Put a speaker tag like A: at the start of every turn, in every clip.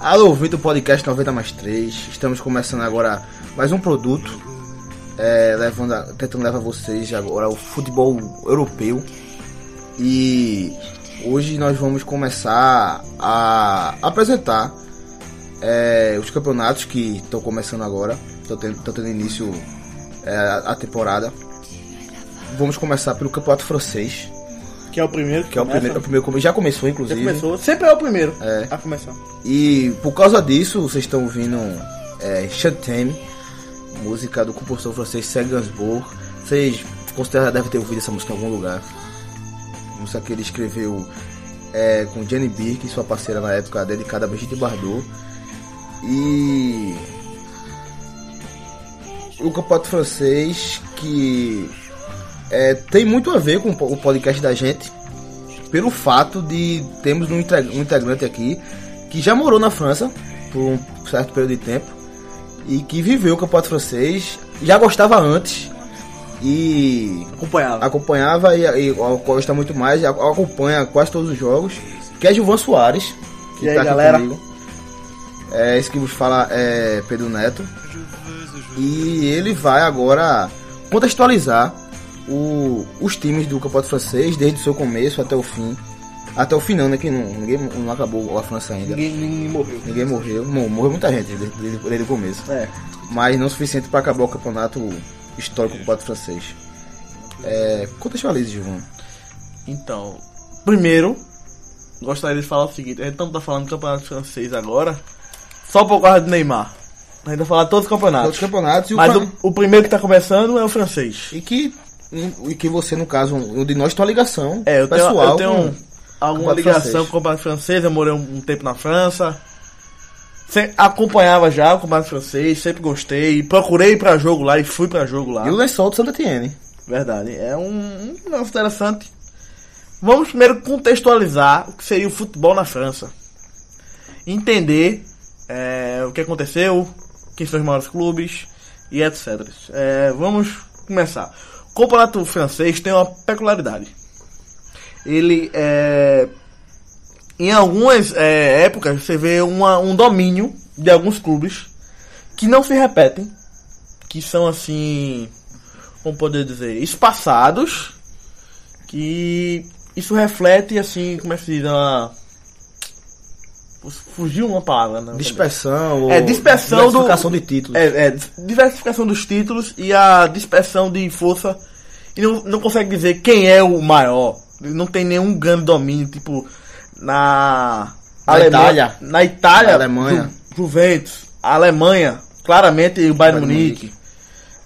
A: Alô, ouvido podcast 90 mais 3. Estamos começando agora mais um produto. é, levando a- tentando levar vocês agora o futebol europeu. E hoje nós vamos começar a apresentar é, os campeonatos que estão começando agora. Estão tendo, tão tendo início é, a temporada. Vamos começar pelo campeonato francês,
B: Que é o primeiro
A: que é o
B: começa.
A: primeiro, o primeiro come- já
B: Já
A: começou inclusive.
B: começou. Sempre é o primeiro
A: É.
B: a começar.
A: E por causa disso, vocês estão ouvindo é, Chanteme, música do compositor francês Serge Gainsbourg. Vocês com certeza devem ter ouvido essa música em algum lugar. Música que ele escreveu é, com Jenny Birk, sua parceira na época, dedicada a Brigitte Bardot. E o campeonato francês que é, tem muito a ver com o podcast da gente pelo fato de temos um integra- um integrante aqui que já morou na França por um certo período de tempo e que viveu o campeonato francês, já gostava antes e
B: Acompanhava.
A: acompanhava e, e gosta muito mais, e acompanha quase todos os jogos, que é Gilvan Soares, que
B: E aí,
A: tá aqui
B: galera?
A: comigo. É, esse que vos fala é Pedro Neto. E ele vai agora contextualizar o- os times do Campeonato Francês, desde o seu começo até o fim. Até o final, né? Que não, ninguém não acabou a França ainda.
B: Ninguém, ninguém morreu.
A: Ninguém morreu. Mo- Morreu muita gente desde, desde- desde o começo
B: É.
A: mas não o suficiente para acabar o campeonato histórico do quadro francês. É, contextualize, Gilvan.
C: Então, primeiro, gostaria de falar o seguinte: a gente não tá falando do campeonato francês agora, só por causa do Neymar. A gente vai falar todos os
A: Outros
C: campeonatos.
A: campeonatos e o,
C: Ah, Mas
A: fra-
C: o, o primeiro que tá começando é o francês.
A: e que e que você no caso um de nós tem uma ligação
C: É, eu tenho,
A: pessoal
C: eu tenho
A: com-
C: alguma
A: campeonato
C: ligação
A: francês.
C: com o campeonato francês, eu morei um, um tempo na França. Sem- acompanhava já o campeonato francês, sempre gostei. Procurei ir pra jogo lá e fui pra jogo lá.
A: e o lençol do Santa Etienne.
C: Verdade. É um, um negócio interessante. Vamos primeiro contextualizar o que seria o futebol na França. Entender eh, o que aconteceu, quem são os maiores clubes e etc. Eh, vamos começar. O campeonato francês tem uma peculiaridade. Ele é. Em algumas eh, épocas você vê uma- um domínio de alguns clubes que não se repetem, que são assim como poder dizer, espaçados, que isso reflete, assim, como é que se diz, uma... Fugiu uma palavra, né?
A: Dispersão
C: É,
A: ou
C: dispersão do-
A: diversificação de títulos.
C: É, é, diversificação dos títulos e a dispersão de força. E não, não consegue dizer quem é o maior. Não tem nenhum grande domínio, tipo, na...
A: Na
C: Alemanha-
A: Itália.
C: Na Itália.
A: Na Alemanha.
C: Ju- Juventus. A Alemanha. Claramente, e o Bayern
A: Bayern
C: Munique.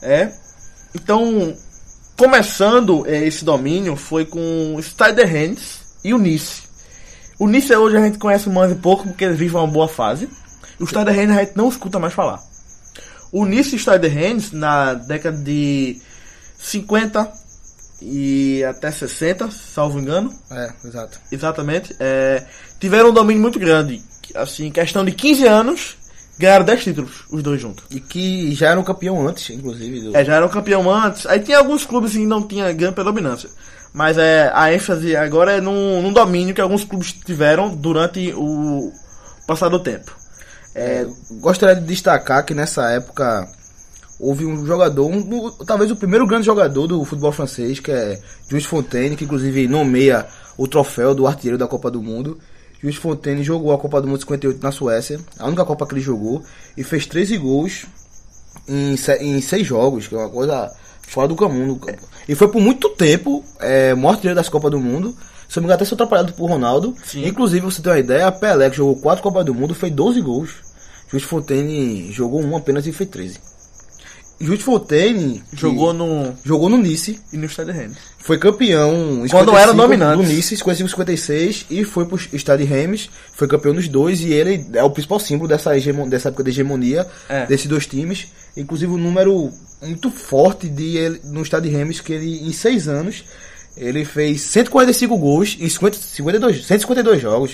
C: É. Então, começando eh, esse domínio foi com o Stade Rennes e o Nice. O Nice é hoje a gente conhece mais um pouco porque eles vivem uma boa fase. E o Stade Rennes a gente não escuta mais falar. O Nice e o Stade Rennes na década de 50 e até 60, salvo engano,
A: É, exato.
C: exatamente, é, tiveram um domínio muito grande. Assim, em questão de 15 anos, ganharam 10 títulos, os dois juntos.
A: E que já era um campeão antes, inclusive. Do...
C: É, já era um campeão antes. Aí tinha alguns clubes assim, que não tinha grande predominância. Mas é, a ênfase agora é num, num domínio que alguns clubes tiveram durante o passar do tempo.
A: É, gostaria de destacar que nessa época houve um jogador, um, do- talvez o primeiro grande jogador do futebol francês, que é Jules Fontaine, que inclusive nomeia o troféu do artilheiro da Copa do Mundo. Jules Fontaine jogou a Copa do Mundo 58 na Suécia, a única Copa que ele jogou, e fez 13 gols em, se- em seis jogos, que é uma coisa fora do comum. E foi por muito tempo é, o maior artilheiro das Copas do Mundo. Se eu não me engano, até ser atrapalhado por Ronaldo.
C: Sim.
A: Inclusive, você tem uma ideia, a Pelé, que jogou quatro Copas do Mundo, fez 12 gols. Jus Fontaine jogou um apenas e fez 13. Jus Fontaine que
C: Jogou no,
A: jogou no Nice,
C: e no Stade Rennes.
A: foi campeão em
C: Quando era
A: 55
C: dominante.
A: do Nice, 55 56 e foi pro Stade Reims, foi campeão nos dois e ele é o principal símbolo dessa, hegemo- dessa época de hegemonia
C: É.
A: desses dois times, inclusive um número muito forte de ele, no Stade Reims que ele em seis anos ele fez 145 gols em 50, 52, 152 jogos.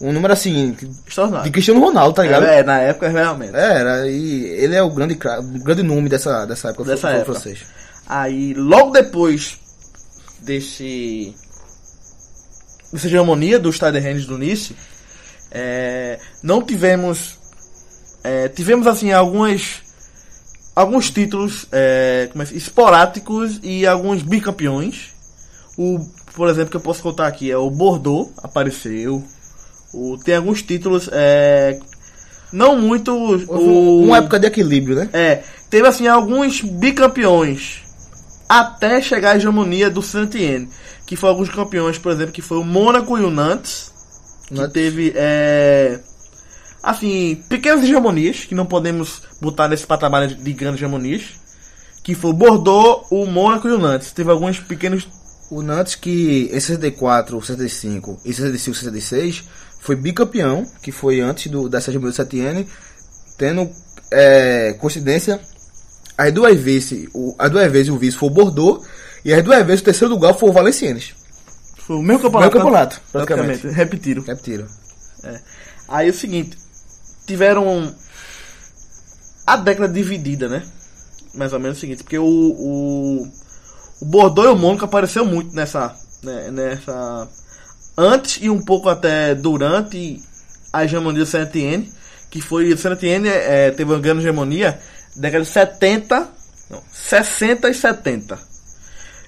A: Um número assim de
C: Extraordinário.
A: Cristiano Ronaldo, tá ligado?
C: É, na época, realmente.
A: É, era, e ele é o grande, cra- o grande nome dessa, dessa época do
C: Dessa
A: futebol
C: época.
A: francês.
C: Aí, logo depois desse. dessa hegemonia do Stade Rennes do Nice, É, não tivemos. é, tivemos assim algumas. Alguns títulos é, como é, que- esporádicos e alguns bicampeões. O, por exemplo, que eu posso contar aqui é o Bordeaux apareceu. O, tem alguns títulos. é, não muito.
A: Houve um-
C: o-
A: uma época de equilíbrio, né?
C: é, teve assim alguns bicampeões até chegar à hegemonia do Saint-Étienne, que foi alguns campeões, por exemplo, que foi o Mônaco e o Nantes, que
A: Nantes.
C: teve é, assim, pequenas hegemonias que não podemos botar nesse patamar de grandes hegemonias, que foi o Bordeaux, o Mônaco e o Nantes. Teve alguns pequenos
A: O Nantes que em 64, 65 e 65, 66 foi bicampeão, que foi antes do, da Sérgio Melo Satiene, tendo é, coincidência as duas vezes, o, as duas vezes o vice foi o Bordeaux e as duas vezes o terceiro lugar foi o Valenciennes.
C: foi o mesmo campeonato,
A: Mesmo campeonato, praticamente.
C: praticamente. repetiram.
A: Repetiram.
C: Aí é o seguinte, tiveram a década dividida, né? Mais ou menos o seguinte, porque o, o, o Bordeaux e o Mônaco apareceu muito nessa, né, nessa antes e um pouco até durante a hegemonia do Saint-Étienne, que foi o Saint-Étienne eh, teve uma grande hegemonia década de 70, não, 60 e 70.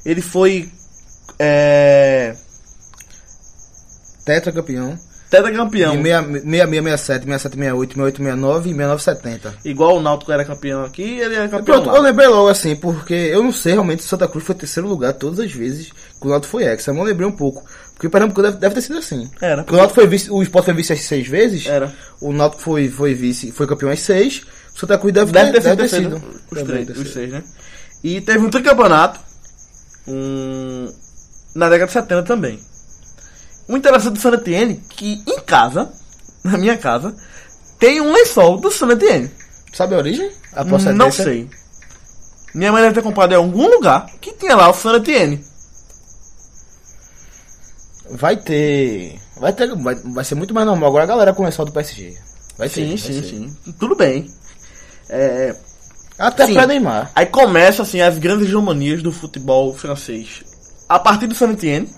C: Ele foi é,
A: Tetracampeão.
C: tetracampeão.
A: Em 66, 67, 67, 68, 68, 69 e 69, 70.
C: Igual o Náutico era campeão aqui, ele era campeão
A: Pronto,
C: É lá.
A: eu lembrei logo assim, porque eu não sei realmente se Santa Cruz foi terceiro lugar todas as vezes que o Náutico foi ex. Eu não lembrei um pouco. Porque o Pernambuco deve, deve ter sido assim.
C: Era.
A: Porque o Náutico foi vice, o Sport foi vice as seis vezes.
C: Era.
A: O Náutico foi, foi vice, foi campeão às seis. O Santa Cruz deve,
C: Deve
A: ter, deve ter
C: ter sido terceiro.
A: sido.
C: Os
A: Também
C: três,
A: terceiro.
C: os seis, né? E teve um tricampeonato. Um, na década de 70 também. O interessante do San Etienne que em casa, na minha casa, tem um lençol do San Etienne.
A: Sabe a origem? A
C: Não sei. Minha mãe deve ter comprado em algum lugar que tinha lá o San Etienne.
A: Vai ter. Vai ter. Vai, vai ser muito mais normal. Agora a galera começou do PSG. Vai ser.
C: Sim,
A: vai
C: sim,
A: ser.
C: sim. Tudo bem. É,
A: Até
C: Sim.
A: pra Neymar.
C: Aí começa assim as grandes hegemonias do futebol francês. A partir do saint Etienne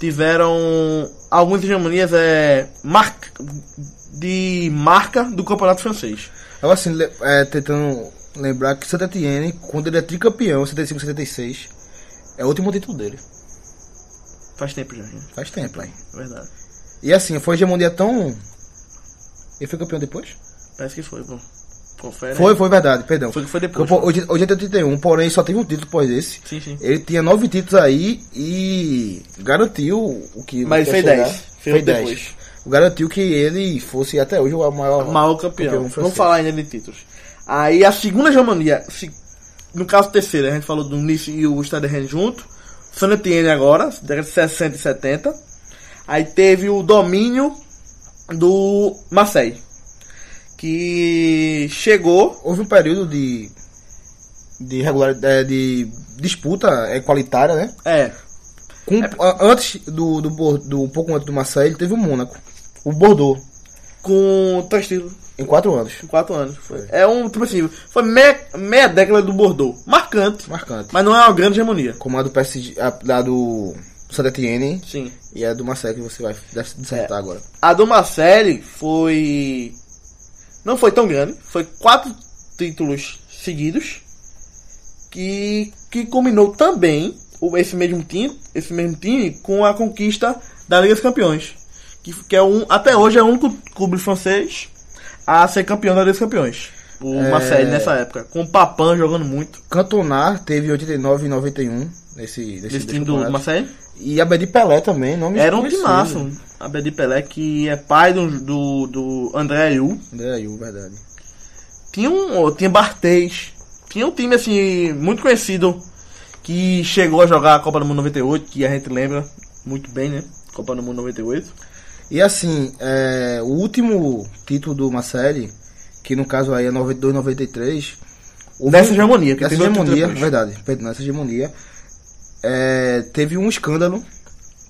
C: tiveram algumas hegemonias é, mar... de marca do campeonato francês.
A: Agora assim, le- é, tentando lembrar que o Santa Etienne, quando ele é tricampeão, 75, 76, é o último título dele.
C: Faz tempo já, né?
A: Faz tempo, hein?
C: é verdade.
A: E assim, foi hegemonia tão. Ele foi campeão depois?
C: Parece que foi, pô. Confere.
A: Foi, foi verdade, perdão.
C: Foi que foi depois.
A: Porque, pô, hoje- Hoje é 81, porém só teve um título depois desse.
C: Sim, sim.
A: Ele tinha nove títulos aí e garantiu o que.
C: Mas
A: o que
C: fez
A: ia chegar.
C: dez. Fez
A: Fez
C: depois.
A: 10. Garantiu que ele fosse até hoje o maior.
C: O maior campeão.
A: campeão francês.
C: Vamos falar ainda de títulos. Aí a segunda hegemonia, se- no caso terceira, a gente falou do Nice e o Stade Rennes junto. San Etienne agora, década de 60 e 70. Aí teve o domínio do Marseille, que chegou
A: Houve um período de. de regularidade. de disputa é, qualitária, né?
C: é,
A: Com- a- Antes do, do, Bor- do. um pouco antes do Marseille, teve o Mônaco. O Bordeaux,
C: com três títulos
A: em quatro anos.
C: em quatro anos. É um, tipo assim, foi meia, meia década do Bordeaux. Marcante,
A: Marcante.
C: mas não é uma grande hegemonia.
A: Como a do PSG, a, da do Santa Etienne
C: Sim.
A: e a do Marseille que você vai deve dissertar
C: É.
A: agora.
C: A do Marcelli foi. Não foi tão grande. Foi quatro títulos seguidos. Que, que combinou também o- esse mesmo, time, esse mesmo time com a conquista da Liga dos Campeões. Que, que é um, até hoje é o único clube francês a ser campeão da Liga dos Campeões. O Marseille nessa época. Com o Papin jogando muito.
A: Cantonar teve 89 e 91 nesse, nesse,
C: Esse
A: nesse
C: time do
A: campeonato.
C: Marseille.
A: E a Bedi Pelé também, nome
C: Era um
A: conhecido.
C: timaço. A Bedi Pelé, que é pai do, do, do André Ayew.
A: André Ayew, verdade.
C: tinha um tinha Bartês tinha um time assim muito conhecido que chegou a jogar a Copa do Mundo 98 que a gente lembra muito bem né Copa do Mundo 98
A: E assim, é, o último título do Marseille, que no caso aí é 92 93, houve
C: Dessa é
A: um-
C: hegemonia, que
A: dessa
C: teve outro
A: hegemonia,
C: depois.
A: verdade, perdão, dessa hegemonia, é, teve um escândalo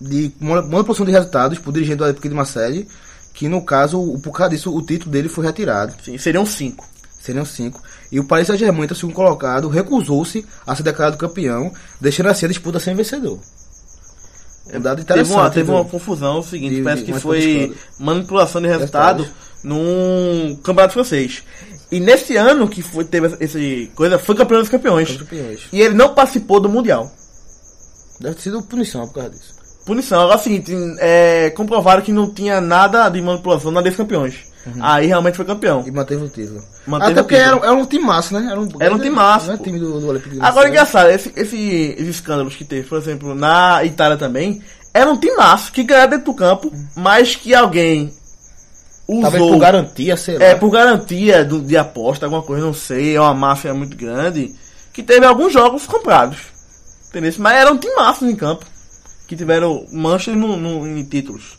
A: de mono- manipulação de resultados por dirigente da época de Marseille, que no caso, o- por causa disso, o título dele foi retirado,
C: sim seriam cinco
A: seriam cinco, e o Paris Saint-Germain, então, segundo colocado, recusou-se a ser declarado campeão, deixando assim a disputa sem vencedor. Um dado
C: É, Teve uma,
A: interessante.
C: teve
A: do-
C: uma confusão, é o seguinte,
A: de-
C: parece
A: de-
C: que
A: mas
C: foi
A: todos
C: manipulação de resultado
A: Resultados.
C: num campeonato francês. E nesse ano que foi, teve essa esse coisa, foi campeão dos campeões.
A: campeões.
C: E ele não participou do Mundial.
A: Deve ter sido punição por causa disso.
C: Punição. Agora é o seguinte, é, comprovaram que não tinha nada de manipulação na desse campeões. Aí realmente foi campeão.
A: E manteve o título.
C: Manteve
A: Até
C: o
A: porque
C: título.
A: era, era um time massa, né? Era um,
C: Era um timaço,
A: Não é
C: pô.
A: time do, do Olympique de
C: Agora,
A: Marseille.
C: engraçado, esse, esse- esses escândalos que teve, por exemplo, na Itália também, era um timaço que ganhava dentro do campo, mas que alguém
A: Talvez
C: usou
A: por garantia, sei lá.
C: é, por garantia do- de aposta, alguma coisa, não sei, é uma máfia muito grande, que teve alguns jogos comprados. Entendeu? Mas eram timaços em campo, que tiveram manchas no, no- em títulos.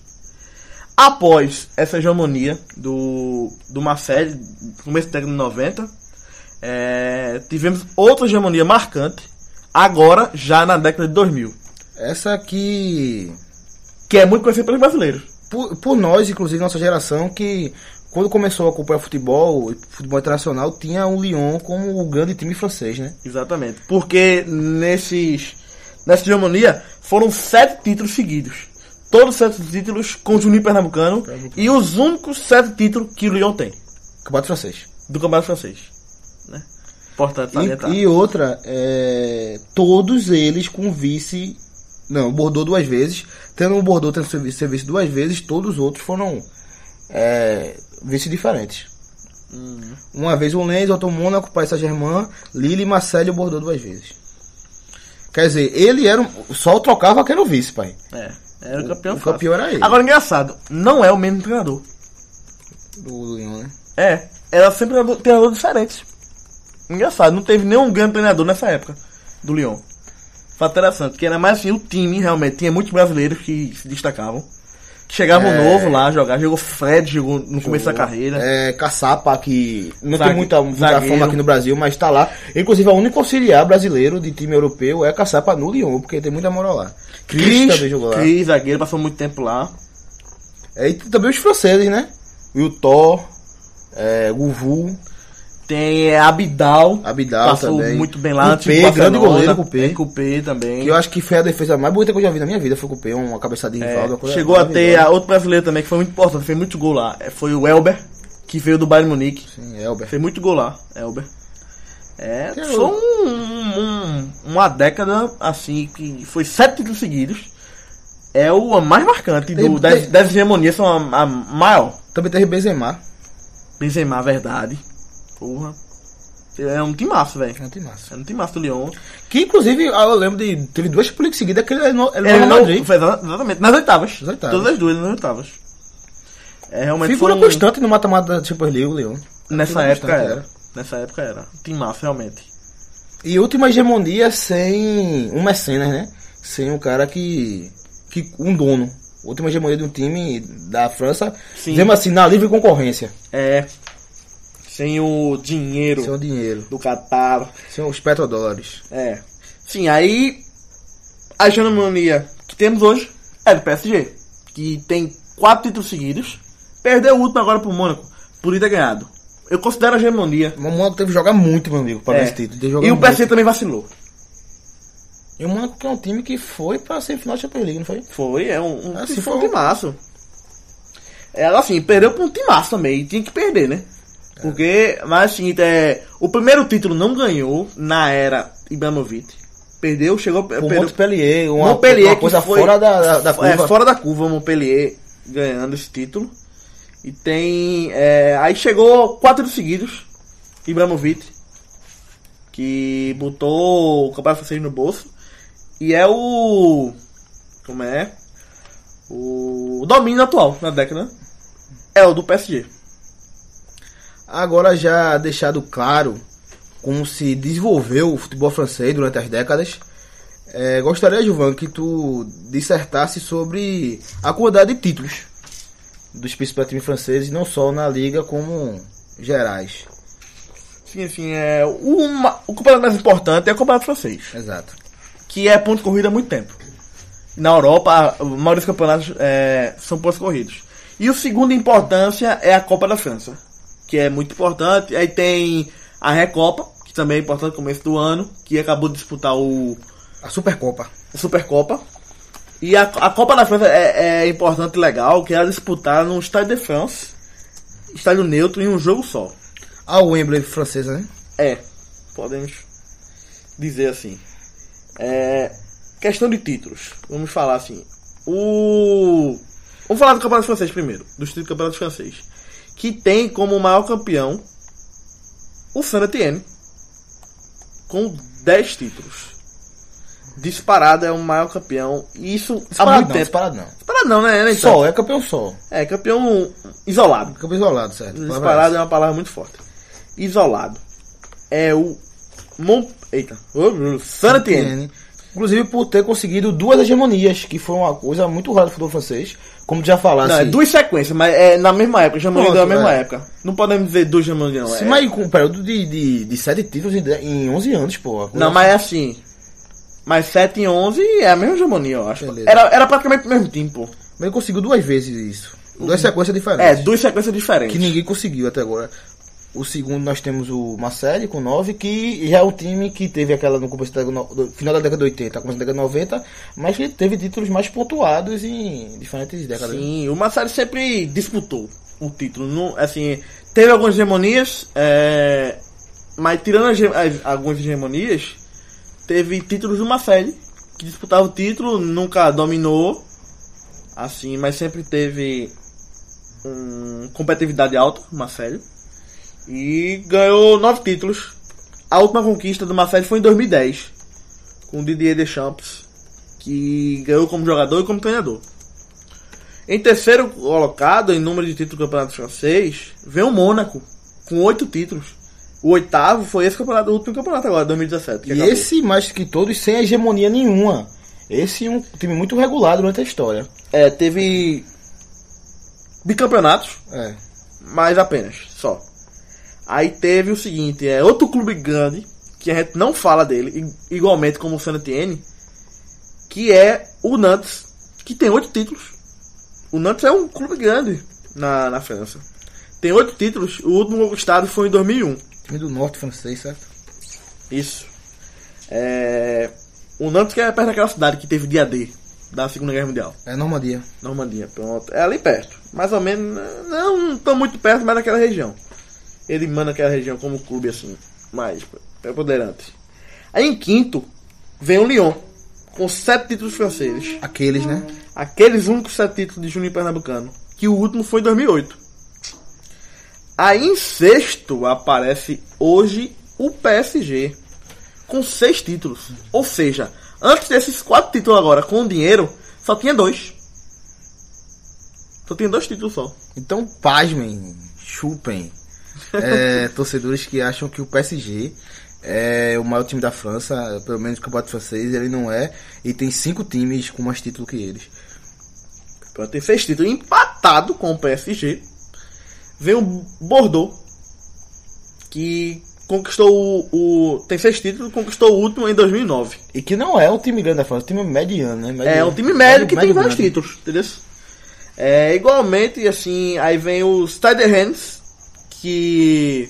C: Após essa hegemonia do, do Marseille, começo da década de 90, é, tivemos outra hegemonia marcante, agora já na década de 2000,
A: Essa aqui.
C: que é muito conhecida pelos brasileiros.
A: Por, por nós, inclusive, nossa geração, que quando começou a acompanhar futebol, futebol internacional, tinha o Lyon como o grande time francês, né?
C: Exatamente. Porque nesses, nessa hegemonia foram sete títulos seguidos. Todos sete títulos com o Juninho Pernambucano, e os únicos sete títulos que o Lyon tem
A: Campeonato francês.
C: do Campeonato Francês. Né? Importante salientar.
A: E, e outra, é, todos eles com vice. Não, o Bordeaux duas vezes. Tendo o Bordeaux tendo seu vice- ser vice duas vezes, todos os outros foram é, vice diferentes. Uma vez o Lens, outro o Mônaco, Paris Saint-Germain, Lille, Marseille e o Bordeaux duas vezes. Quer dizer, ele era. um- Só o trocava que era o vice, pai.
C: É, era o campeão.
A: o
C: fácil.
A: campeão era ele.
C: Agora, engraçado, não é o mesmo treinador.
A: Do Lyon, né?
C: É, era sempre treinador, treinador diferente. Engraçado, não teve nenhum grande treinador nessa época do Lyon. Fato interessante, que era mais assim, o time realmente tinha muitos brasileiros que se destacavam. Que chegavam
A: É.
C: novo lá a jogar, jogou Fred, jogou no começo da carreira.
A: É, Caçapa, que não
C: Zague-
A: tem muita, muita
C: zagueiro.
A: fama aqui no Brasil, mas tá lá. Inclusive, o único auxiliar brasileiro de time europeu é Caçapa no Lyon, porque tem muita moral lá. Cris também jogou lá.
C: Cris, zagueiro, passou muito tempo lá.
A: É, e tem também os franceses, né? O Thor, é, Guvu,
C: Tem é, Abidal,
A: Abidal
C: passou
A: também.
C: muito bem lá.
A: Coupé,
C: antigo
A: grande
C: Barcelona.
A: goleiro, Coupé.
C: É, Coupé também.
A: que eu acho que foi a defesa mais bonita que eu já vi na minha vida. Foi com o P, uma cabeçada de
C: É,
A: rival. uma coisa
C: chegou a ter
A: maravilhosa.
C: a outro brasileiro também que foi muito importante, fez muito gol lá. É, Foi o Elber, que veio do Bayern Munique.
A: Sim, Elber.
C: Fez muito gol lá, Elber. É,
A: Que
C: foi um, um- uma década assim que foi sete títulos seguidos. É o a mais marcante do,
A: Tem-
C: das,
A: tem-
C: das hegemonias, são a, a maior.
A: Também teve Benzema.
C: Benzema, verdade. Porra. É um timaço, velho.
A: É um time massa.
C: É um timaço do Lyon.
A: Que, inclusive, ah, eu lembro de... Teve duas Champions League seguidas que ele era no, ele era
C: Ele
A: no
C: não,
A: Madrid.
C: foi exa- exatamente, nas oitavas.
A: Nas oitavas.
C: Todas as duas nas oitavas. É realmente
A: Figura
C: foi um-
A: constante no mata-mata da Champions League, o Leão.
C: Nessa
A: Figura
C: época
A: constante,
C: era. Nessa época era. Um Timaço, realmente.
A: E última hegemonia sem um mecenas, né? Sem um cara que. que um dono. Última hegemonia de um time da França,
C: Sim.
A: dizemos assim, na livre concorrência.
C: É. Sem o dinheiro.
A: Sem o dinheiro,
C: do Catar.
A: sem os petrodólares.
C: É. Sim, aí a hegemonia que temos hoje é do PSG, que tem quatro títulos seguidos. Perdeu o último agora pro Mônaco, por ter ganhado. Eu considero a hegemonia.
A: O Mônaco teve que jogar muito, meu amigo, para
C: É.
A: esse título. Teve que jogar
C: E o
A: muito.
C: PSG também vacilou.
A: E o Mônaco que é um time que foi pra semifinal da Champions League, não foi?
C: Foi, é um, um,
A: Ah,
C: se
A: se
C: foi um
A: for-
C: timaço. Ela assim, perdeu pra um timaço também, e tinha que perder, né?
A: É.
C: Porque, mas assim, é, o primeiro título não ganhou na era Ibrahimovic. Perdeu, chegou,
A: O
C: perdeu
A: Montpellier, uma,
C: Montpellier
A: uma
C: que
A: coisa
C: foi-
A: fora da, da, da curva.
C: É, fora da curva, o Montpellier ganhando esse título. E tem. é, aí chegou quatro seguidos. Ibrahimovic. Que botou o campeonato francês no bolso. E é o. Como é? O domínio atual na década. É o do PSG.
A: Agora já deixado claro como se desenvolveu o futebol francês durante as décadas, é, gostaria, Gilvan, que tu dissertasse sobre a quantidade de títulos dos principais times franceses, não só na Liga, como gerais.
C: Sim, assim, é. uma- o campeonato mais importante é o campeonato francês.
A: Exato.
C: que é ponto corrido há muito tempo. Na Europa, a maioria dos campeonatos é, são pontos corridos. E o segundo em importância é a Copa da França, que é muito importante. Aí tem a Recopa, que também é importante no começo do ano, que acabou de disputar o
A: A Supercopa.
C: a Supercopa. E a, a Copa da França é, é importante e legal que ela disputar no Estádio de France, estádio neutro, em um jogo só.
A: A Wembley francesa, né?
C: É, podemos dizer assim. É, questão de títulos. Vamos falar assim. O. Vamos falar do Campeonato Francês primeiro. Dos títulos do Campeonato Francês. Que tem como maior campeão o Saint Etienne. Com 10 títulos. Disparado é o maior campeão. E isso há
A: Disparado
C: muito
A: não,
C: tempo.
A: disparado não.
C: Disparado não, né? né, então?
A: Sol, é campeão sol.
C: É, campeão isolado.
A: Campeão isolado, certo.
C: Disparado é uma palavra muito forte. Isolado. É o. Mon... Eita. Sanatien.
A: TN. Inclusive por ter conseguido duas hegemonias, que foi uma coisa muito rara do futebol francês. Como tu já falasse.
C: Não, é duas sequências, mas é na mesma época. Jamandinho
A: Ah, Pronto,
C: da mesma
A: é.
C: época. Não podemos dizer duas Jamandinho, não.
A: Se-
C: É...
A: Mas com um período de, de, de sete títulos em, dez- em 11 anos, pô. a coisa-
C: Não, mas é assim. Mas 7 e 11 é a mesma Jamandinho, eu acho.
A: Beleza.
C: Era, era praticamente o mesmo time, pô.
A: Mas ele conseguiu assim. duas vezes isso. Duas sequências
C: É,
A: diferentes.
C: duas sequências diferentes.
A: Que ninguém conseguiu até agora. O segundo nós temos o Marseille com 9, que já é o time que teve aquela no começo da década no- do final da década de 80, começo da década de 90, mas que teve títulos mais pontuados em diferentes décadas.
C: Sim, o Massari sempre disputou o título. Não, assim, teve algumas hegemonias, é, mas tirando as, hege- as- algumas hegemonias, teve títulos do Massari, que disputava o título, nunca dominou, assim, mas sempre teve um, competitividade alta, o Massari, e ganhou nove títulos. A última conquista do Massari foi em 2010, com o Didier Deschamps, que ganhou como jogador e como treinador. Em terceiro colocado, em número de títulos do Campeonato Francês, vem o Mônaco, com oito títulos. O oitavo foi esse campeonato, o último campeonato agora, 2017. que
A: E
C: acabou.
A: esse, mais que todos, sem hegemonia nenhuma. Esse é um time muito regular durante a história.
C: É, teve bicampeonatos,
A: É.
C: mas apenas, só. Aí teve o seguinte, é outro clube grande, que a gente não fala dele, i- igualmente como o San Etienne, que é o Nantes, que tem oito títulos. O Nantes é um clube grande na, na França. Tem oito títulos, o último conquistado foi em 2001.
A: Time do norte francês, certo?
C: Isso. É, o Nantes que é perto daquela cidade que teve o dia D da Segunda Guerra Mundial.
A: É Normandia.
C: Normandia, pronto. É ali perto. Mais ou menos. Não, não tão muito perto, mas naquela região. Ele manda aquela região como clube, assim, mais preponderante. Aí em quinto, vem o Lyon, com sete títulos franceses.
A: Aqueles, né?
C: Aqueles únicos sete títulos de Juninho Pernambucano. Que o último foi em 2008. Aí em sexto aparece hoje o PSG. Com seis títulos. Ou seja, antes desses quatro títulos agora, com o dinheiro, só tinha dois. Só tinha dois títulos só.
A: Então, pasmem, chupem, é, torcedores que acham que o PSG é o maior time da França, pelo menos o campeonato francês, ele não é, e tem cinco times com mais título que eles.
C: Pronto, tem seis títulos empatado com o PSG. Vem o Bordeaux, que conquistou o, o- Tem seis títulos, conquistou o último em 2009.
A: E que não é um time grande da França, é um time mediano, né? Mediano.
C: É um time médio que tem vários
A: grande.
C: títulos, entendeu? É, igualmente, assim, aí vem o Steady Hands, que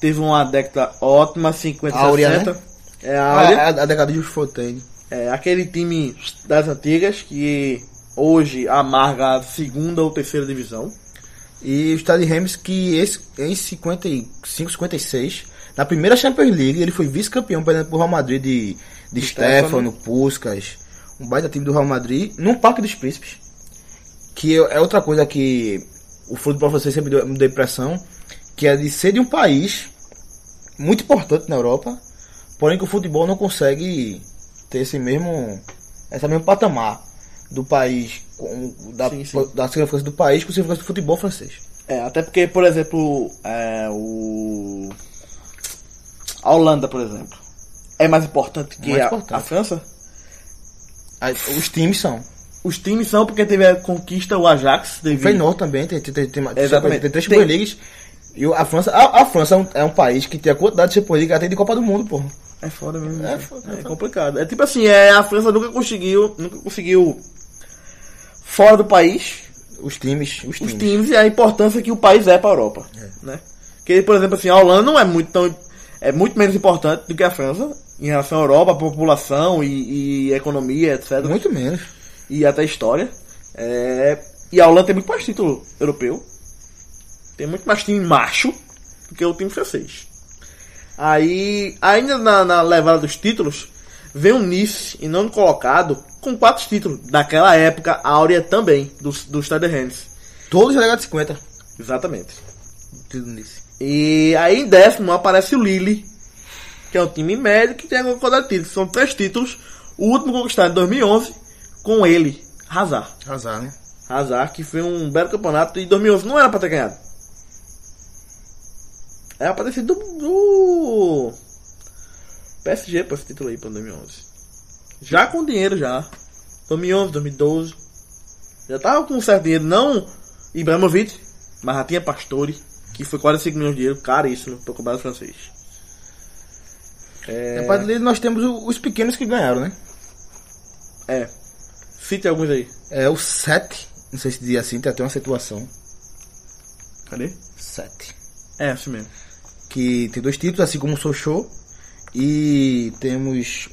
C: teve uma década ótima, 50,
A: Áurea,
C: 60.
A: né?
C: É a
A: Ah,
C: Áurea.
A: a, a década de Fontaine.
C: É, aquele time das antigas que hoje amarga a segunda ou terceira divisão.
A: E o Stade Reims, que esse, em 55, 56, na primeira Champions League, ele foi vice-campeão, perdendo pro Real Madrid de, de Stefano,
C: Stefano.
A: Puskas, um baita time do Real Madrid, num Parque dos Príncipes. Que é é outra coisa que o futebol francês sempre deu, me deu impressão, que é de ser de um país muito importante na Europa, porém que o futebol não consegue ter esse mesmo, esse mesmo patamar do país, com, da,
C: Sim, sim.
A: da significância do país com a significância do futebol francês.
C: É, até porque, por exemplo, é, o. A Holanda, por exemplo. É mais importante que
A: Mais
C: a-
A: importante.
C: a França?
A: Aí, Os times são.
C: Os times são porque teve a conquista, o Ajax, teve.
A: Feyenoord também tem, tem, tem, tem, tem-
C: Exatamente.
A: tem três
C: Tem.
A: Champions Leagues. E o- a França, a, a França é um, é um país que tem a quantidade de Champions League até de Copa do Mundo, porra.
C: É foda mesmo.
A: É
C: É,
A: foda,
C: é
A: foda.
C: complicado. É tipo assim, é, a França nunca conseguiu. Nunca conseguiu. Fora do país,
A: Os times, os
C: os
A: times.
C: times e a importância que o país é pra Europa. Né? Porque, por exemplo, assim, a Holanda não é muito tão. É muito menos importante do que a França em relação à Europa, à população e, e economia, etc.
A: Muito menos.
C: e até história. É, E a Holanda tem muito mais título europeu. Tem muito mais time macho do que o time francês. Aí, ainda na, na levada dos títulos, vem o Nice em nono colocado com quatro títulos. Daquela época, a áurea também, do, do Stade Rennes.
A: Todos na década de 50.
C: Exatamente.
A: Tudo nisso.
C: E aí em décimo aparece o Lille, que é um time médio que tem alguma quantidade de títulos. São três títulos. O último conquistado em 2011 com ele, Hazard.
A: Azar, né?
C: Hazard, que foi um belo campeonato e 2011 não era pra ter ganhado. Era pra ter sido do, do PSG pra esse título aí pra 2011. Já com dinheiro já. 2011, 2012. Já tava com um certo dinheiro, não Ibrahimovic, mas já tinha Pastore, que foi 45 milhões de euros, caríssimo, pra cobrar o francês.
A: É. Parte dele nós temos o- os pequenos que ganharam, né?
C: É. Cite alguns aí.
A: É o 7. Não sei se diz assim, tem até uma situação.
C: Cadê?
A: 7.
C: É, assim mesmo.
A: Que tem dois títulos, assim como o Sochô. E temos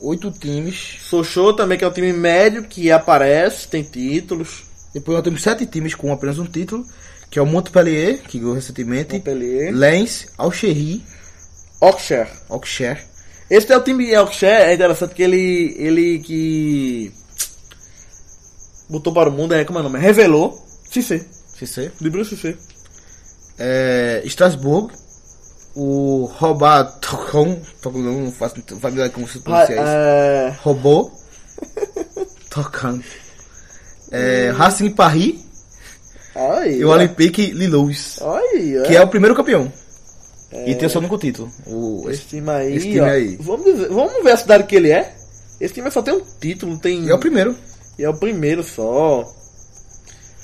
A: oito times.
C: Sochou também, que é um time médio que aparece, tem títulos.
A: Depois nós temos sete times com apenas um título. Que é o Montpellier, que ganhou recentemente.
C: Montpellier.
A: Lens, Alcheri,
C: Oxer.
A: Auxerre.
C: Esse é o time de Oxer, é interessante que ele. ele que. Botou para o mundo, é como é o nome? Revelou Cissé.
A: CC.
C: De Bruno Cissé.
A: É, Strasbourg. O Robert Tocon. Tocon não faço não faço ideia como se pronuncia isso.
C: Ah, é,
A: Robô. Tocando. É, Racing Paris
C: Olha aí.
A: e o Olympique Lilous.
C: Olha aí,
A: Que é o primeiro campeão. E tem o seu único título. O,
C: É. Esse time aí.
A: Esse time
C: ó.
A: aí.
C: Vamos, dizer- vamos ver a cidade que ele é? Esse time só tem um título, não tem.
A: e é o primeiro.
C: E é o primeiro só.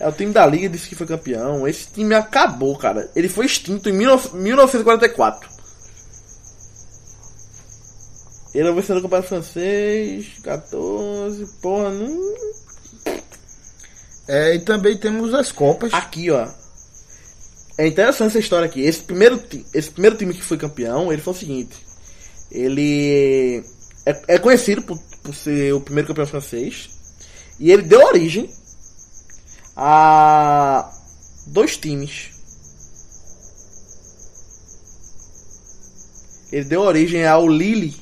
C: É o time da Liga, disse que foi campeão. Esse time acabou, cara. Ele foi extinto em 19 1944. Ele é o vencedor do campeonato francês, 14, porra, não...
A: É, e também temos as Copas.
C: Aqui, ó. É interessante essa história aqui. Esse primeiro, ti- esse primeiro time que foi campeão, ele foi o seguinte. Ele é, é conhecido por, por ser o primeiro campeão francês. E ele deu origem a dois times. Ele deu origem ao Lille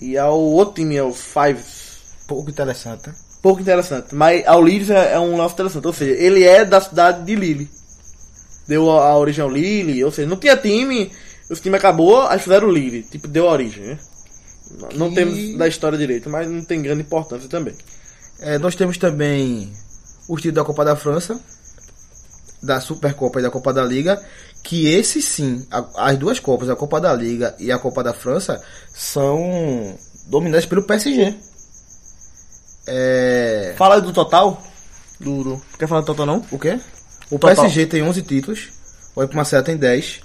C: e ao outro time, ao Fives
A: Pouco interessante. né?
C: pouco interessante. Mas ao Lille é, é um lance interessante. Ou seja, ele é da cidade de Lille. Deu a, a origem ao Lille. Ou seja, não tinha time. O time acabou, aí fizeram o Lille. Tipo, deu a origem, né? N- Não temos da história direito, mas não tem grande importância também.
A: É, nós temos também os títulos da Copa da França, da Supercopa e da Copa da Liga, que esse sim, a- as duas Copas, a Copa da Liga e a Copa da França, são dominadas pelo PSG. É,
C: Fala do total. Do, do- Quer falar do total não?
A: o quê? O
C: Total.
A: PSG tem 11 títulos, o Olympique Marseille tem 10,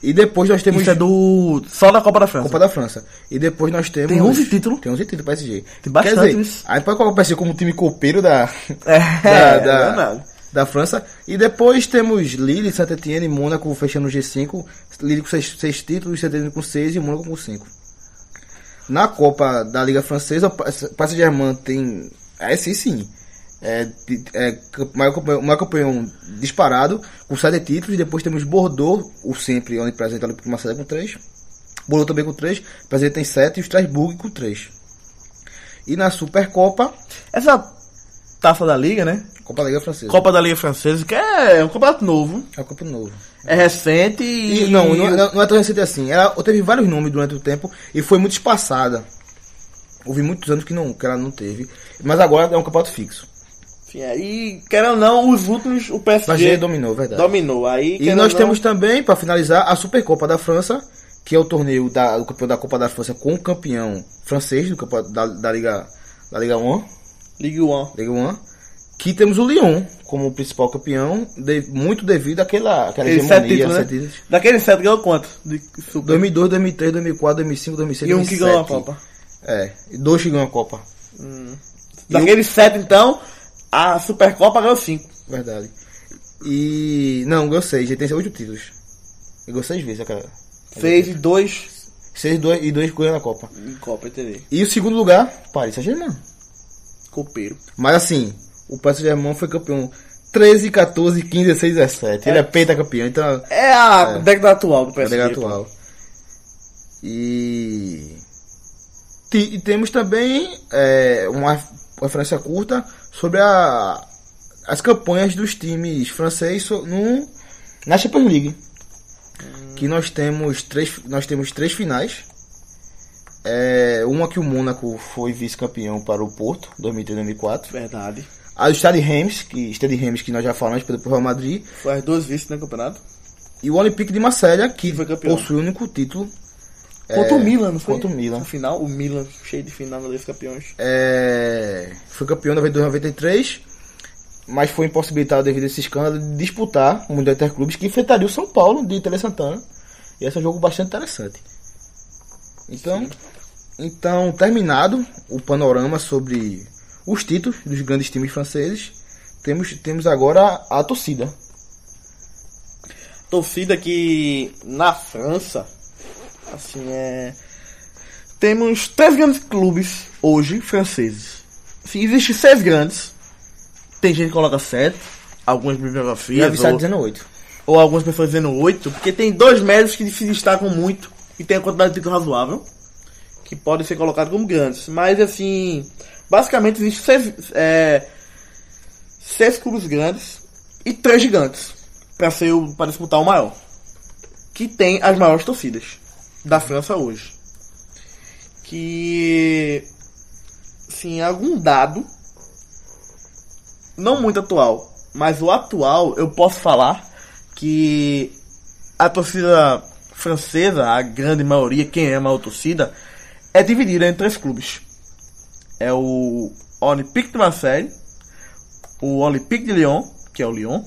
A: e depois nós temos
D: Isso é do. Só da Copa da França.
A: Copa da França. E depois nós temos...
D: Tem 11 títulos?
A: Tem 11 títulos PSG.
D: Tem bastante
A: Quer dizer,
D: isso.
A: aí pode colocar o PSG como um time copeiro da...
D: É,
A: da,
D: é
A: da-
D: verdade.
A: da França. E depois temos Lille, Saint-Etienne e Mônaco fechando o G5. Lille com 6 títulos, Saint-Etienne com 6 e Mônaco com 5. Na Copa da Liga Francesa, o Pa- Paris Saint-Germain tem... Esse sim. É, ti- é camp- maior, campeão, maior campeão disparado, com 7 títulos. Depois temos Bordeaux, o sempre onipresente, ali com uma com 3. Bordeaux também com 3. Prazer tem 7 e o Strasbourg com 3. E na Supercopa,
D: Essa taça da Liga, né?
A: Copa da Liga Francesa.
D: Copa da Liga Francesa, que é um campeonato novo.
A: É o Copa Novo.
D: É recente e.
A: E, não, não, não- não é tão recente assim. Ela teve vários nomes durante o tempo e foi muito espaçada. Houve muitos anos que, não, que ela não teve. Mas agora é um campeonato fixo.
C: Enfim, aí, é. querendo ou não, os últimos, o
A: O PSG
C: PSG
A: dominou, é verdade.
C: dominou. Aí,
A: e
C: querendo
A: nós
C: ou não,
A: temos também, para finalizar, a Supercopa da França, que é o torneio da, do campeão da Copa da França com o campeão francês do campeonato da, da Liga da Liga 1,
C: Ligue 1.
A: Liga 1, que temos o Lyon como principal campeão, de- muito devido àquela, àquela
C: Aqueles sete
A: hegemonia. é
C: títulos, né?
A: sete títulos.
C: Daqueles sete ganhou quanto? De super.
A: 2002, 2003, 2004, 2005, 2006,
C: e um que ganhou a
A: 2007.
C: Copa.
A: É, e dois que ganham a Copa. um-
C: Daqueles sete, então, a Supercopa ganhou cinco.
A: Verdade. E. Não, ganhou seis. Ele tem oito títulos. Ele ganhou seis vezes, cara.
C: Seis e dois
A: Seis dois, e dois ganham a Copa.
C: em Copa, entendeu?
A: E o segundo lugar, Paris Saint-Germain.
C: Copeiro.
A: Mas assim, o Paris Saint-Germain foi campeão 13, 14, 15, 16, 17. Ele é pentacampeão, então
C: É a
A: É.
C: década Tá atual do
A: é a
C: PSG.
A: liga atual. E... Ti- E temos também é, uma referência curta sobre a, as campanhas dos times franceses so- no, na Champions League. Que nós temos três, nós temos três finais. É, uma que o Mônaco foi vice-campeão para o Porto, 2003 2004.
C: Verdade.
A: A do Stade Reims, que Stade Reims que nós já falamos pelo Real Madrid,
C: Foi as duas vices no campeonato.
A: e o Olympique de Marselha, que
C: Foi campeão.
A: possui o único título.
C: Contra o Milan, não foi?
A: É. Contra o Milan.
C: No final, o Milan, cheio de final na Liga dos Campeões.
A: É, foi campeão em 92 93, mas foi impossibilitado devido a esse escândalo de disputar o Mundial Interclubes, que enfrentaria o São Paulo de Tele Santana. E esse é um jogo bastante interessante. Então, então terminado o panorama sobre os títulos dos grandes times franceses, temos, temos agora a torcida.
C: Torcida que na França, assim, é. Temos três grandes clubes hoje franceses. Assim, existe seis grandes. Tem gente que coloca sete. Algumas
A: E a
C: bibliografias.
A: Vissar
C: Ou,
A: 19.
C: ou algumas pessoas dizendo oito. Porque tem dois médios que se destacam muito e tem a quantidade de títulos razoável. Que podem ser colocados como grandes. Mas assim. Basicamente existe seis. é, seis clubes grandes e três gigantes para ser o para disputar o maior que tem as maiores torcidas da França hoje que sim algum dado não muito atual mas o atual eu posso falar que a torcida francesa a grande maioria quem é a maior torcida é dividida em três clubes é o Olympique de Marseille o Olympique de Lyon, que é o Lyon,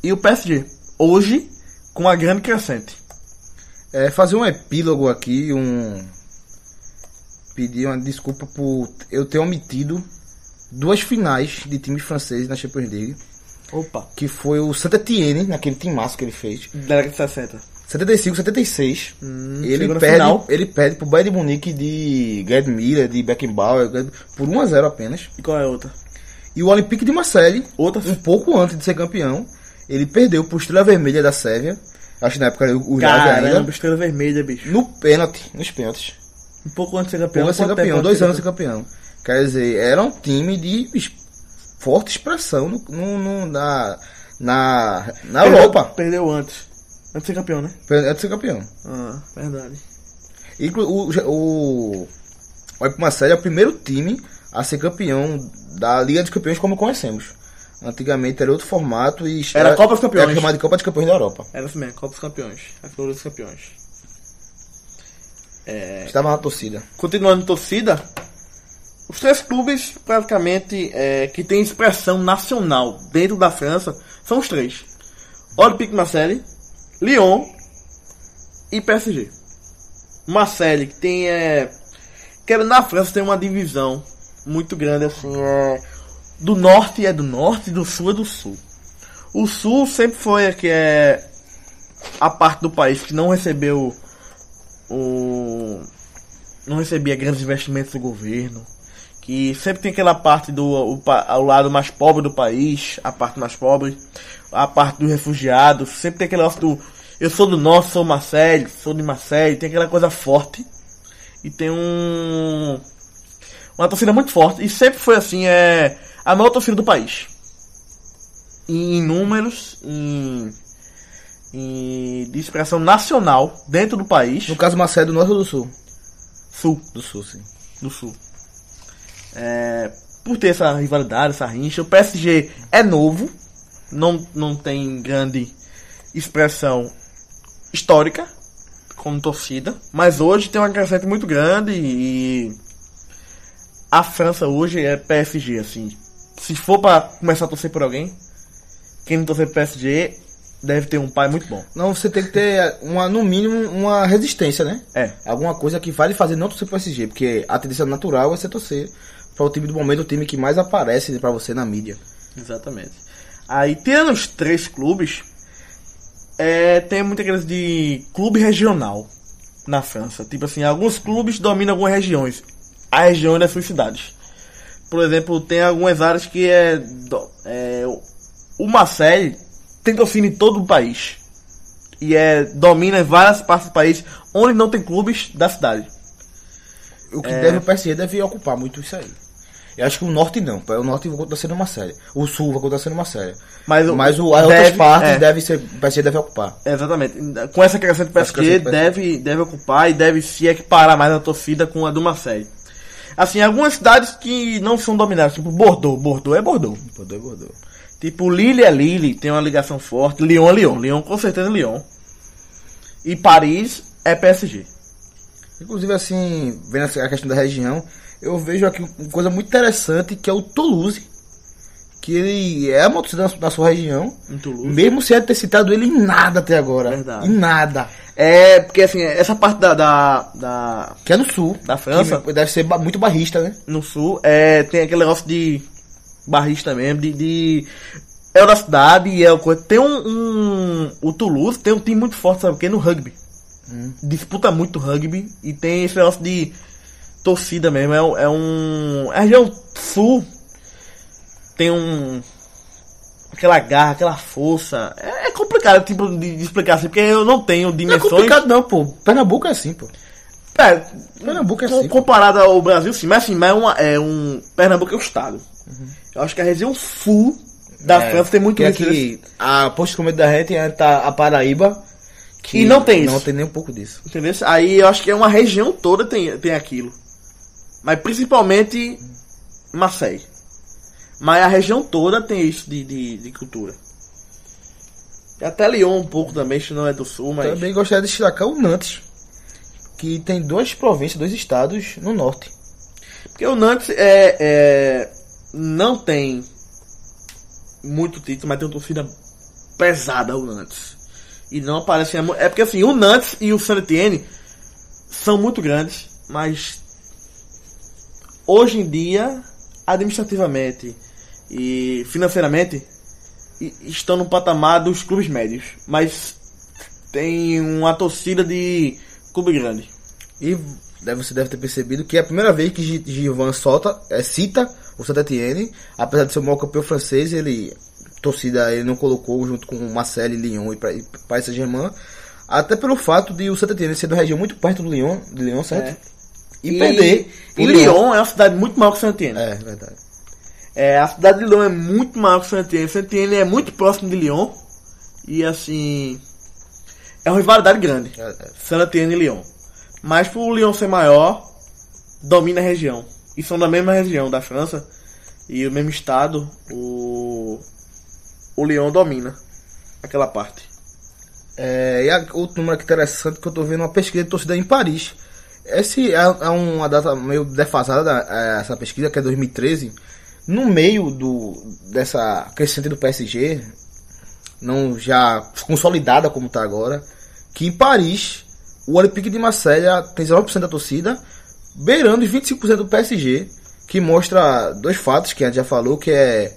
C: e o PSG. Hoje, com a grande crescente.
A: É, fazer um epílogo aqui, um. Pedir uma desculpa por eu ter omitido duas finais de times franceses na Champions League.
C: Opa.
A: Que foi o Saint Etienne, naquele timaço que ele fez.
C: Década de 60.
A: 75, 76. ele,
C: Hum, chegou na
A: perde,
C: final.
A: ele perde pro Bayern de Munique de Gerd Miller, de Beckenbauer, por 1x0 apenas.
C: E qual é a outra?
A: E o Olympique de Marseille,
C: Outra
A: um pouco antes de ser campeão, ele perdeu pro Estrela Vermelha da Sérvia. Acho que na época era o Jugoslavia
C: Caramba,
A: ainda.
C: estrela vermelha, bicho.
A: No pênalti, nos pênaltis.
C: Um pouco antes de ser campeão.
A: Pouco ser
C: quanto
A: campeão,
C: tempo
A: dois anos
C: antes
A: ser
C: de
A: campeão. Quer dizer, era um time de es- forte expressão no, no- no- na, na, na
C: Perdeu-
A: Europa.
C: Perdeu antes. Antes de ser campeão, né?
A: É de ser campeão.
C: Ah, verdade.
A: Inclu o, o, o Ipma Série é o primeiro time a ser campeão da Liga dos Campeões como conhecemos. Antigamente era outro formato e
C: Era Copa dos Campeões.
A: Era chamado de Copa dos Campeões da Europa.
C: Era assim mesmo, Copa dos Campeões. A Flor dos Campeões. É.
A: Estava na torcida.
C: Continuando em torcida, os três clubes praticamente é, que têm expressão nacional dentro da França são os três: Olympique Marseille, Lyon e PSG. Marseille que tem é, que era- na França tem uma divisão muito grande assim é, do norte é do norte, do sul é do sul. O sul sempre foi a que é a parte do país que não recebeu o não recebia grandes investimentos do governo, que sempre tem aquela parte do o, pa- ao lado mais pobre do país, a parte mais pobre, a parte dos refugiados, sempre tem aquele negócio do eu sou do norte, sou Marseille, sou de Marseille, tem aquela coisa forte e tem um uma torcida muito forte e sempre foi assim, é a maior torcida do país. Em números, em, em de expressão nacional dentro do país,
A: No caso, Marseille é do Norte ou do Sul?
C: sul
A: Do Sul, sim.
C: do Sul. É, por ter essa rivalidade, essa rincha, o PSG é novo, não, não tem grande expressão histórica como torcida, mas hoje tem uma crescente muito grande e a França hoje é PSG, assim. Se for pra começar a torcer por alguém, quem não torcer pro PSG deve ter um pai muito bom.
A: Não, você tem que ter, uma, no mínimo, uma resistência, né?
C: É.
A: Alguma coisa que vale fazer não torcer pro PSG, porque a tendência natural é você torcer para o time do momento, o time que mais aparece para você na mídia.
C: Exatamente. Aí, tendo os três clubes, é, tem muita coisa de clube regional na França. Tipo assim, alguns clubes dominam algumas regiões. A região das suas é cidades. por exemplo, tem algumas áreas que é, do- é, uma série tem torcida em todo o país. E é, domina várias partes do país onde não tem clubes da cidade.
A: O que
C: É.
A: deve o PSG deve ocupar muito isso aí. Eu acho que o norte não, pô. o norte vai acontecer numa série. O sul vai acontecer numa série.
C: Mas o-
A: Mas o, as
C: deve-
A: outras partes
C: é.
A: deve ser. O PSG deve ocupar.
C: Exatamente. Com essa crescente do
A: Essa crescente
C: PSG,
A: do PSG.
C: deve, deve ocupar e deve se equiparar mais a torcida com a do Marseille. Assim, algumas cidades que não são dominadas, tipo Bordeaux. Bordeaux é Bordeaux.
A: Bordou, bordou.
C: Tipo, Lille é Lille, tem uma ligação forte. Lyon é Lyon. Lyon com certeza é Lyon. E Paris é PSG.
A: Inclusive, assim, vendo essa- a questão da região, eu vejo aqui uma coisa muito interessante que é o Toulouse. Que ele é uma torcida da sua região.
C: Em Toulouse.
A: Mesmo sem ter citado ele em nada até agora.
C: Verdade.
A: Em nada.
C: É, porque assim, essa parte da, da, da-
A: Que é no sul.
C: Da França?
A: Que deve ser ba- muito barrista, né?
C: no sul é, tem aquele negócio de barrista mesmo, de. de é o da cidade e é o coisa. Tem um, um- O Toulouse tem um time muito forte, sabe o quê? No rugby.
A: Hum.
C: Disputa muito rugby e tem esse negócio de torcida mesmo. É, um- é um. A região sul tem um. Aquela garra, aquela força. É, é complicado tipo, de, de explicar assim, porque eu não tenho
A: Não é
C: dimensões.
A: complicado não, pô. Pernambuco é assim, pô.
C: É,
A: Pernambuco é
C: com-
A: assim, pô.
C: Comparado ao Brasil, sim. Mas assim, mas é, uma, é um... Pernambuco é um estado. Eu acho que a região sul da França tem muito
A: Uhum. que
C: isso.
A: É,
C: Ah,
A: aqui, a posto de comida da gente é tá a Paraíba.
C: E não tem isso.
A: Não tem nem um pouco disso.
C: Entendeu? Aí eu acho que é uma região toda tem, tem aquilo. Mas principalmente Marseille. Mas a região toda tem isso de, de, de cultura. E até Lyon um pouco também, se não é do sul, mas...
A: Também gostaria de destacar o Nantes, que tem duas províncias, dois estados no norte.
C: Porque o Nantes é, é, não tem muito título, mas tem uma torcida pesada o Nantes. E não aparece. a mu- É porque assim, o Nantes e o San Etienne são muito grandes, mas hoje em dia, administrativamente e financeiramente, e- estão no patamar dos clubes médios. Mas tem uma torcida de clube grande.
A: E deve- você deve ter percebido que é a primeira vez que Gi- Givan solta, é, cita o Saint Etienne, apesar de ser o maior campeão francês, ele torcida ele não colocou junto com Marseille, Lyon e pra- e Paris Saint-Germain, até pelo fato de o Saint Etienne ser de uma região muito perto do Lyon, do Lyon certo?
C: É.
A: E, perder.
C: E
A: o
C: Lyon né? é uma cidade muito maior que San Etienne.
A: É, verdade.
C: É, a cidade de Lyon é muito maior que Saint-Étienne. Saint-Étienne é muito próximo de Lyon. E assim. É uma rivalidade grande.
A: É, é.
C: Saint-Étienne e Lyon. Mas por Lyon ser maior, domina a região. E são da mesma região da França. E o mesmo estado, o. O Lyon domina aquela parte.
A: É, e a- outro número aqui interessante que eu tô vendo é uma pesquisa de torcida em Paris. Esse é, é uma data meio defasada, da- é, essa pesquisa, que é 2013. No meio do, dessa crescente do PSG, não já consolidada como está agora, que em Paris, o Olympique de Marselha tem 19% da torcida, beirando os 25% do PSG, que mostra dois fatos que a gente já falou, que é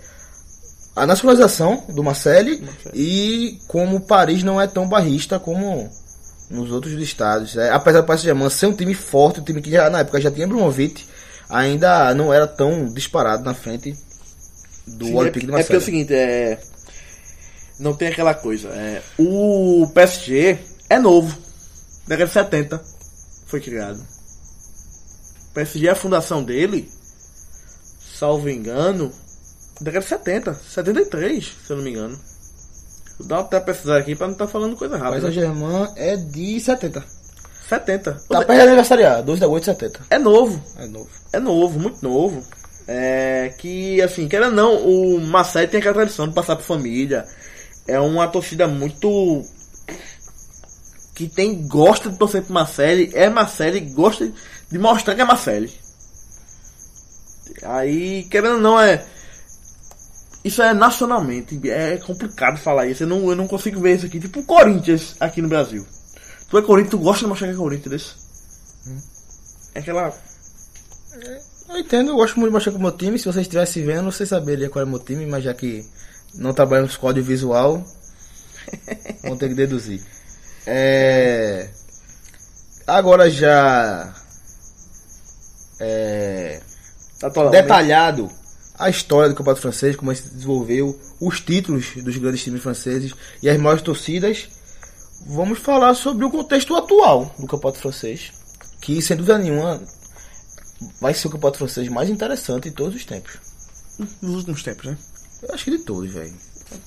A: a nacionalização do Marseille e como Paris não é tão barrista como nos outros estados. É, apesar do Paris Saint-Germain ser um time forte, um time que já, na época já tinha Brumovic, ainda não era tão disparado na frente do
C: Sim, é,
A: Olympique de
C: é porque é o
A: Marselha.
C: seguinte, é. Não tem aquela coisa. é, o PSG é novo. Década de 70 foi criado. O PSG, é a fundação dele, salvo engano, década de 70, 73, se eu não me engano. Vou dar até pesquisar aqui pra não estar falando coisa
A: Paris
C: rápida.
A: Saint-Germain é de 70.
C: 70.
A: Tá perto de aniversariar, 12 de agosto de 70.
C: É novo.
A: É novo.
C: é novo, muito novo. É que, assim, querendo ou não, o Marseille tem aquela tradição de passar por família. É uma torcida muito. que tem gosta de torcer pro Marseille, é Marseille, gosta de mostrar que é Marseille. Aí, querendo ou não, é. Isso é nacionalmente, é complicado falar isso. Eu não, eu não consigo ver isso aqui. Tipo o Corinthians aqui no Brasil. Tu é Corinthians, tu gosta de mostrar que é Corinthians. entendeu? É aquela
A: Eu entendo, eu gosto muito de mostrar com o meu time. Se vocês estivessem vendo, vocês saberiam qual é o meu time, mas já que não trabalhamos com audiovisual, vão ter que deduzir. É... Agora já. É...
C: Atualmente.
A: detalhado a história do campeonato francês, como ele se desenvolveu, os títulos dos grandes times franceses e as maiores torcidas. Vamos falar sobre o contexto atual do campeonato francês, que sem dúvida nenhuma vai ser o campeonato francês mais interessante de todos os tempos.
D: Nos últimos tempos, né?
A: Eu acho que de todos, velho.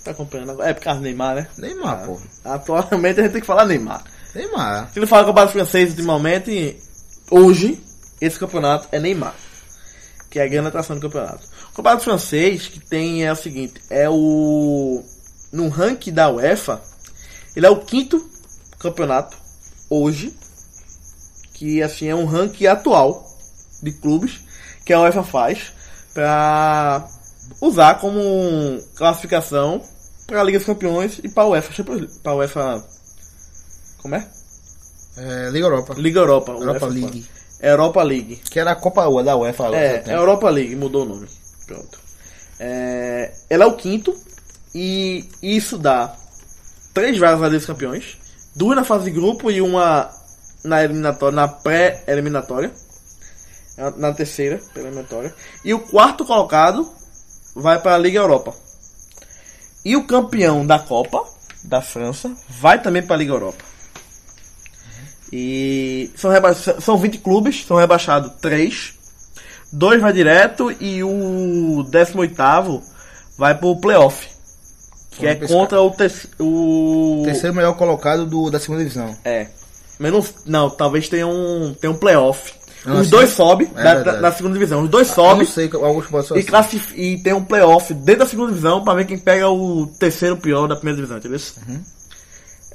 C: Tá acompanhando agora. É por causa do Neymar, né?
A: Neymar, pô.
C: Atualmente a gente tem que falar Neymar.
A: Neymar.
C: Se não fala campeonato francês ultimamente, hoje, esse campeonato é Neymar. Que é a grande atração do campeonato. O campeonato francês que tem é o seguinte, é o. No ranking da UEFA, ele é o quinto campeonato hoje. Que assim é um ranking atual de clubes que a UEFA faz pra usar como classificação pra Liga dos Campeões e pra UEFA Champions League- pra UEFA. Como é?
A: É, Liga Europa.
C: Liga Europa.
A: Europa
C: UEFA,
A: League. né?
C: Europa League.
A: Que era a Copa U- da UEFA agora.
C: É,
A: tem.
C: Europa League, mudou o nome. Pronto. É, ela é o quinto e isso dá três vagas na Liga dos Campeões, duas na fase de grupo e uma na eliminatória, na pré-eliminatória, na- na terceira pré-eliminatória. E o quarto colocado vai para a Liga Europa. E o campeão da Copa da França vai também para a Liga Europa. E são, reba- são 20 clubes, são rebaixados 3. Dois vai direto e o 18 vai pro playoff. Que
A: Vamos
C: é
A: pescar.
C: contra o, terce- o...
A: Terceiro melhor colocado do, da segunda divisão.
C: É. Mas não, não, talvez tenha um, tenha um playoff.
A: Não,
C: Os
A: assim,
C: dois sobem
A: é
C: da, da-
A: verdade.
C: da segunda divisão. Os dois
A: Eu não
C: sobem
A: sei, alguns pontos assim.
C: e, classif- e tem um playoff dentro da segunda divisão pra ver quem pega o terceiro pior da primeira divisão, entendeu?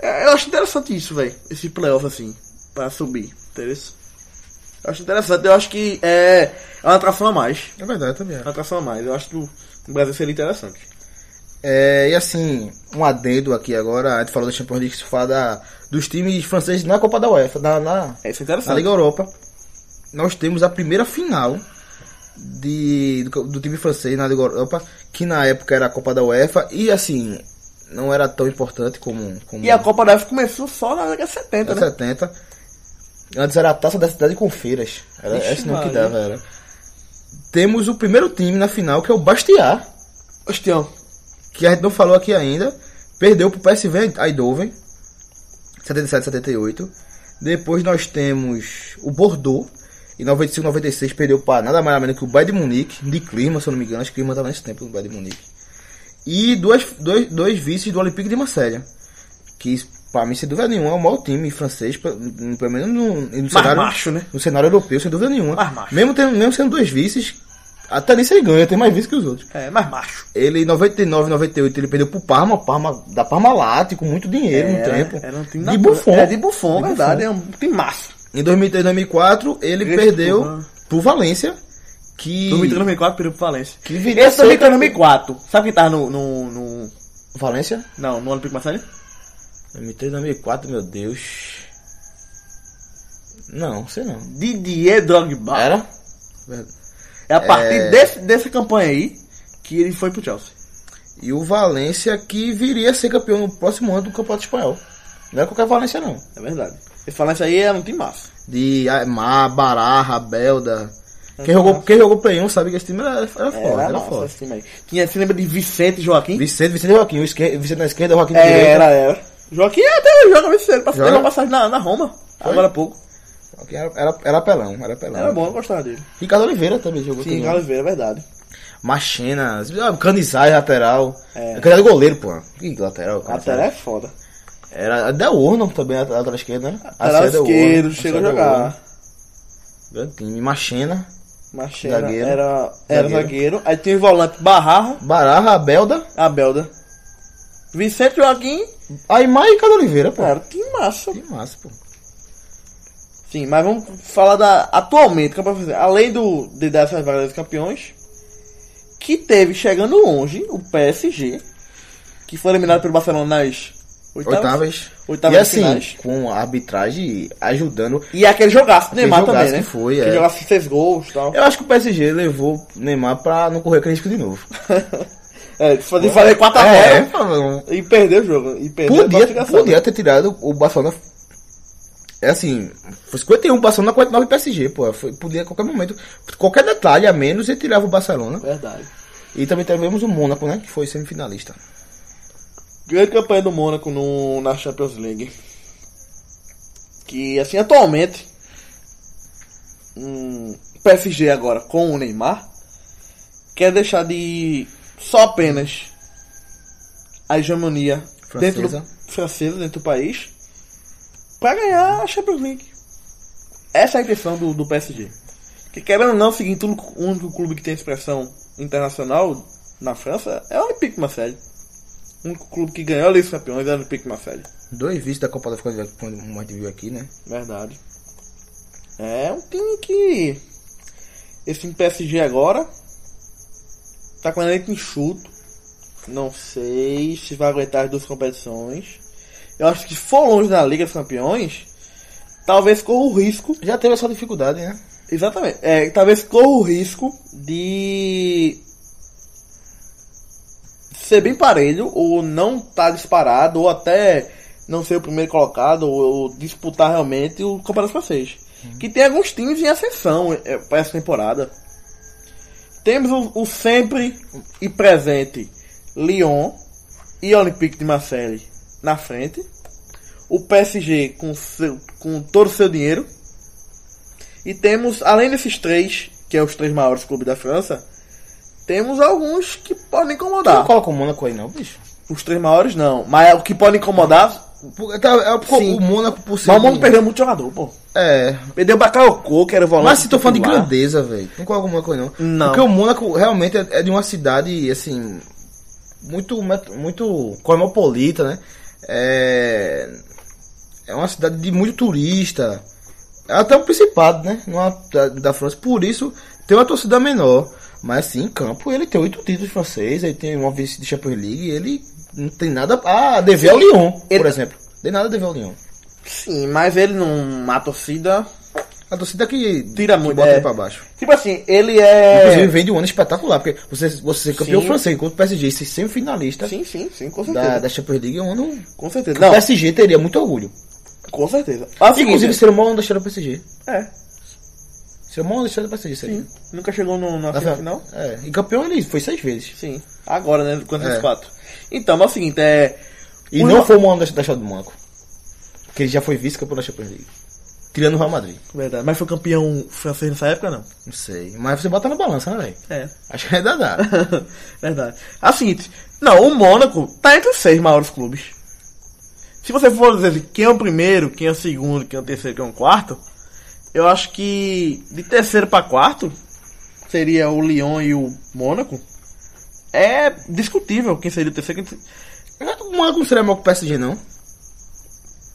C: É, eu acho interessante isso, velho. Esse playoff assim, pra subir, entendeu? Eu acho interessante. Eu acho que é, é uma atração a mais.
A: É verdade, também.
C: É uma atração a mais. Eu acho que o o Brasil seria interessante.
A: É, e assim, um adendo aqui agora, a gente falou da Champions League, se fala da, dos times franceses na Copa da UEFA, na, na,
C: É, isso é
A: na
C: interessante.
A: Liga Europa. Nós temos a primeira final de, do, do time francês na Liga Europa, que na época era a Copa da UEFA, e assim, não era tão importante como, como
C: E a Copa da F começou só na década de 70,
A: era
C: né?
A: 70. Antes era a taça da cidade com feiras. Era
C: Vixe,
A: esse nome que
C: Maria.
A: dava, era. Temos o primeiro time na final, que é o Bastiat
C: Ostião.
A: que a gente não falou aqui ainda, perdeu pro PSV Eindhoven, 77, 78. Depois nós temos o Bordeaux, em 95, 96 perdeu para nada mais nada menos que o Bayern de Munique, de clima, se eu não me engano, acho que clima estava nesse tempo no Bayern de Munique. E duas, dois, dois vices do Olympique de Marselha, que para mim, sem dúvida nenhuma, é o maior time francês, pra- pelo menos no, no cenário,
C: macho, né?
A: no cenário europeu, sem dúvida nenhuma.
C: Mais macho.
A: Mesmo, tendo, mesmo sendo dois vices, até nem se ele ganha, tem mais vices que os outros.
C: É, mais macho.
A: Ele em 99, 98, ele perdeu pro Parma, Parma da Parma Latte, com muito dinheiro no tempo.
C: Era um time
A: de
C: da-
A: Buffon.
C: É, de Buffon,
A: De
C: verdade. É um time massa.
A: Em 2003, 2004, ele
C: Grande né?
A: perdeu
C: Turan.
A: pro Valência, que
C: 2003, 2004, perdeu pro Valência.
A: que viria
C: Esse tá
A: ser
C: 2003, 2004. Sabe quem tava no... no, no
A: Valência?
C: não, no Olympique Marseille?
A: 2003, 2004, meu Deus. Não, sei não.
C: Didier Drogba.
A: Era?
C: É a partir
A: É.
C: Desse, dessa campanha aí que ele foi pro Chelsea.
A: E o Valência que viria a ser campeão no próximo ano do Campeonato Espanhol. Não é qualquer Valência não.
C: É verdade. Eu falar isso aí era um time massa.
A: De Aymar, Barra, Belda. Quem jogou, quem jogou Play 1 sabe que esse time era, era forte,
C: É Era,
A: É, era
C: massa
A: forte.
C: esse time aí. Tinha, você lembra de Vicente e Joaquim?
A: Vicente, Vicente e Joaquim. O esquer... Vicente na esquerda, o Joaquim na
C: É,
A: direita.
C: era, era. Joaquim é até joga Vicente. Passou
A: Joga?
C: uma passagem na, na Roma. Agora há pouco.
A: Joaquim era, era, era pelão, era pelão.
C: Era bom, eu gostava dele.
A: Ricardo Oliveira também jogou.
C: Sim,
A: também.
C: Oliveira, é verdade.
A: Machena, ah, Canizai, lateral.
C: É.
A: Canizai goleiro, pô. Que lateral, Canizai.
C: Lateral é foda.
A: Era até o Orno também, a lateral esquerda, né?
C: Lateral
A: Acedo,
C: esquerdo,
A: Orno,
C: chegou a
A: Acedo,
C: jogar.
A: Orno. Grande time. Machena,
C: Mas era,
A: Zagueiro.
C: era, era
A: Zagueiro.
C: zagueiro. Aí tinha o volante Barra,
A: Barra, Belda,
C: a Belda. Vicente Joaquim,
A: Aymar e Ricardo Oliveira, pô.
C: cara, que massa.
A: Que massa, pô.
C: Sim, mas vamos falar da atualmente, campeão francês. Além do de dessas vagas de campeões, que teve chegando longe o PSG, que foi eliminado pelo Barcelona nas oitavas.
A: Oitavas.
C: Oitavas
A: e
C: de
A: assim,
C: finais.
A: com a arbitragem ajudando.
C: E aquele jogaço do Neymar
A: jogaço
C: também, né?
A: que foi,
C: que
A: é.
C: jogasse seis gols e tal.
A: Eu acho que o PSG levou Neymar pra não correr risco de novo.
C: É, de fazer, fazer 4 a 0
A: É, é, pô,
C: e perder o jogo. E perder a
A: Podia,
C: classificação.
A: podia ter tirado o Barcelona É assim, foi 51 Barcelona, 49 PSG, pô. Foi, podia a qualquer momento, qualquer detalhe a menos, ele tirava o Barcelona.
C: Verdade.
A: E também tivemos o Mônaco, né? Que foi semifinalista.
C: Grande campanha do Mônaco no, na Champions League. Que, assim, atualmente, hum, PSG agora com o Neymar quer deixar de só apenas a hegemonia dentro
A: Francesa.
C: do, francesa dentro do país para ganhar a Champions League. Essa é a intenção do, do PSG. Que querendo ou não, é o seguinte, o único clube que tem expressão internacional na França é o Olympique Marseille. O único clube que ganhou a Liga dos Campeões é o Olympique Marseille.
A: Dois vices da Copa da África, quando a gente viu aqui, né?
C: Verdade. É um time que. Esse time PSG agora. Tá com um elenco enxuto. Não sei se vai aguentar as duas competições. Eu acho que se for longe na Liga dos Campeões, talvez corra o risco.
A: Já teve essa dificuldade, né?
C: Exatamente. É, talvez corra o risco de. ser bem parelho, ou não tá disparado, ou até não ser o primeiro colocado, ou, ou disputar realmente o Campeonato Francês. Que tem alguns times em ascensão é, para essa temporada. Temos o, o sempre e presente Lyon e Olympique de Marseille na frente. O PSG com, seu, com todo o seu dinheiro. E temos, além desses três, que é os três maiores clubes da França, temos alguns que podem
A: Tu não
C: incomodar.
A: coloca o Mônaco aí, não, bicho.
C: Os três maiores não, mas é o que pode incomodar.
A: Por- tá- é porque
C: Sim.
A: o Mônaco por ser.
C: Mas o mundo
A: um-
C: perdeu muito jogador, pô.
A: É.
C: Perdeu o Bakayoko, que era o volante.
A: Mas se tô falando de
C: titular.
A: grandeza, velho. Não coloca o Mônaco aí, não.
C: Não.
A: Porque o Mônaco realmente é é de uma cidade, assim. Muito. met- Muito cosmopolita, né? É. É uma cidade de muito turista. É até o principado, né? Numa, da, da França. Por isso, tem uma torcida menor. Mas sim, em campo, ele tem oito títulos franceses, ele tem uma vice de Champions League, ele não tem nada a dever ao Lyon, por
C: Ele-
A: exemplo. Tem nada a dever ao Lyon.
C: Sim, mas ele não. A torcida.
A: A torcida que
C: Tira
A: que
C: muito,
A: bota
C: é.
A: ele pra baixo.
C: Tipo assim, ele é.
A: Inclusive, vem de um ano espetacular, porque você, você ser campeão
C: Sim.
A: francês contra o PSG e ser semifinalista
C: Sim, sim, sim, com certeza.
A: da, da Champions League é um ano.
C: Com certeza.
A: O
C: Não,
A: PSG teria muito orgulho.
C: com certeza. Assim,
A: Inclusive, seria o maior ano da história do PSG.
C: É,
A: Seria o maior ano da história do PSG, seria.
C: sim. Nunca chegou no, na
A: Na
C: semifinal?
A: final? É. E campeão ele foi seis vezes.
C: Sim. Agora, né? Quantos
A: É.
C: é. quatro? Então, mas é o seguinte, é.
A: E
C: O
A: não
C: Lyon-
A: foi o maior ano da da história do Mônaco. Porque ele já foi vice-campeão da Champions League. Tirando o Real Madrid.
C: Verdade, mas foi campeão francês nessa época, não?
A: Não sei. Mas você bota na balança, né, velho?
C: É.
A: Acho que ainda dá.
C: Verdade. É o seguinte, não, o Mônaco tá entre os seis maiores clubes. Se você for dizer assim, quem é o primeiro, quem é o segundo, quem é o terceiro, quem é o quarto, eu acho que de terceiro pra quarto seria o Lyon e o Mônaco. É discutível quem seria o terceiro. Quem... seria-
A: o Mônaco não seria maior que o PSG, não.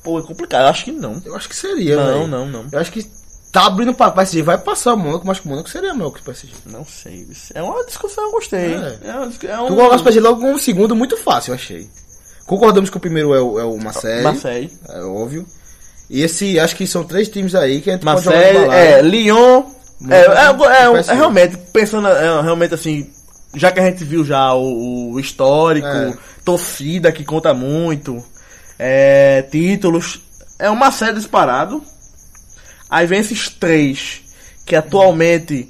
C: Pô, é complicado, eu acho que não.
A: Eu acho que seria,
C: não,
A: velho.
C: não, não.
A: Eu acho que tá abrindo pra PSG. Vai passar o Mônaco, mas o Mônaco seria maior que o PSG.
C: Não sei. isso É uma discussão, eu gostei. hein?
A: É.
C: É, uma discu- é um...
A: Tu colocaste pra gente logo com o segundo muito fácil, eu achei. Concordamos que o primeiro é o, é o Marseille,
C: Marseille.
A: É óbvio. E esse, acho que são três times aí que a gente pode
C: Marseille,
A: jogar
C: é, Lyon.
A: Muito
C: É, é, é, um- é
A: impressionante.
C: realmente, pensando, é, realmente assim, já que a gente viu já o, o histórico,
A: É.
C: torcida que conta muito, é, títulos, é uma série disparado. Aí vem esses três que atualmente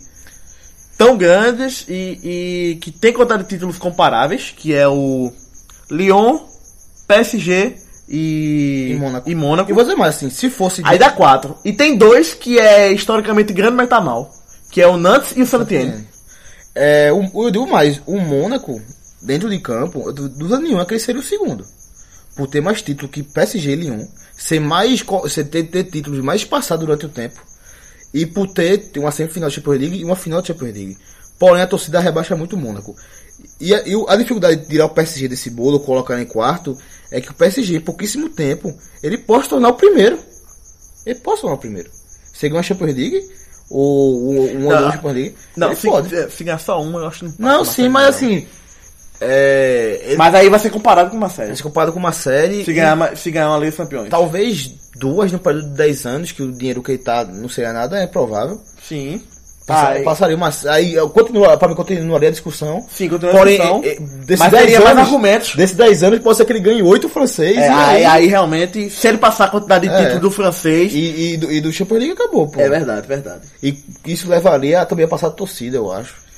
C: tão grandes e, e que tem contado títulos comparáveis, que é o Lyon, PSG e,
A: E Mônaco.
C: E Mônaco.
A: E vou dizer mais assim, se fosse...
C: Aí dá quatro. E tem dois que é historicamente grande, mas tá mal. Que é o Nantes e o Santiene.
A: É, o- eu digo mais, o Mônaco, dentro de campo, eu du- dúvida nenhuma que ele seria o segundo. Por ter mais título que PSG e Lyon, ser mais, co- ser, ter, ter títulos mais passados durante o tempo, e por ter, ter uma semifinal de Champions League e uma final de Champions League. Porém, a torcida rebaixa muito o Mônaco. E a, e o- a dificuldade de tirar o PSG desse bolo, colocar em quarto, é que o PSG, em pouquíssimo tempo, ele pode se tornar o primeiro. Ele pode se tornar o primeiro. Se ganhar a Champions League, ou, ou uma ou
C: Não.
A: duas Champions League,
C: Não,
A: ele
C: se,
A: pode.
C: se- se ganhar só uma, eu acho que não passa
A: Não,
C: o
A: sim,
C: Marseille,
A: mas
C: não.
A: assim. É. Ele
C: Mas aí vai ser comparado com o Marseille.
A: se comparado com uma série. um,
C: Se ganhar, ma- se ganhar uma Liga dos Campeões.
A: tá, Talvez duas no período de 10 anos, que o dinheiro que ele tá não seria nada, é provável.
C: Sim.
A: Passa-
C: Aí-
A: passaria uma. Aí eu continua, pra mim continuaria a discussão.
C: Sim, continua a
A: Porém,
C: discussão.
A: eh, eh, desses
C: Mas
A: 10
C: teria
A: anos.
C: mais argumentos.
A: Desses 10 anos pode ser que ele ganhe 8 francês.
C: É,
A: e,
C: aí,
A: aí,
C: aí realmente.
D: Se ele passar a quantidade de
A: É.
D: títulos do francês,
A: e, e do, e do Champions League acabou, pô.
C: É verdade, verdade.
A: E isso levaria a também a passar a torcida, eu acho.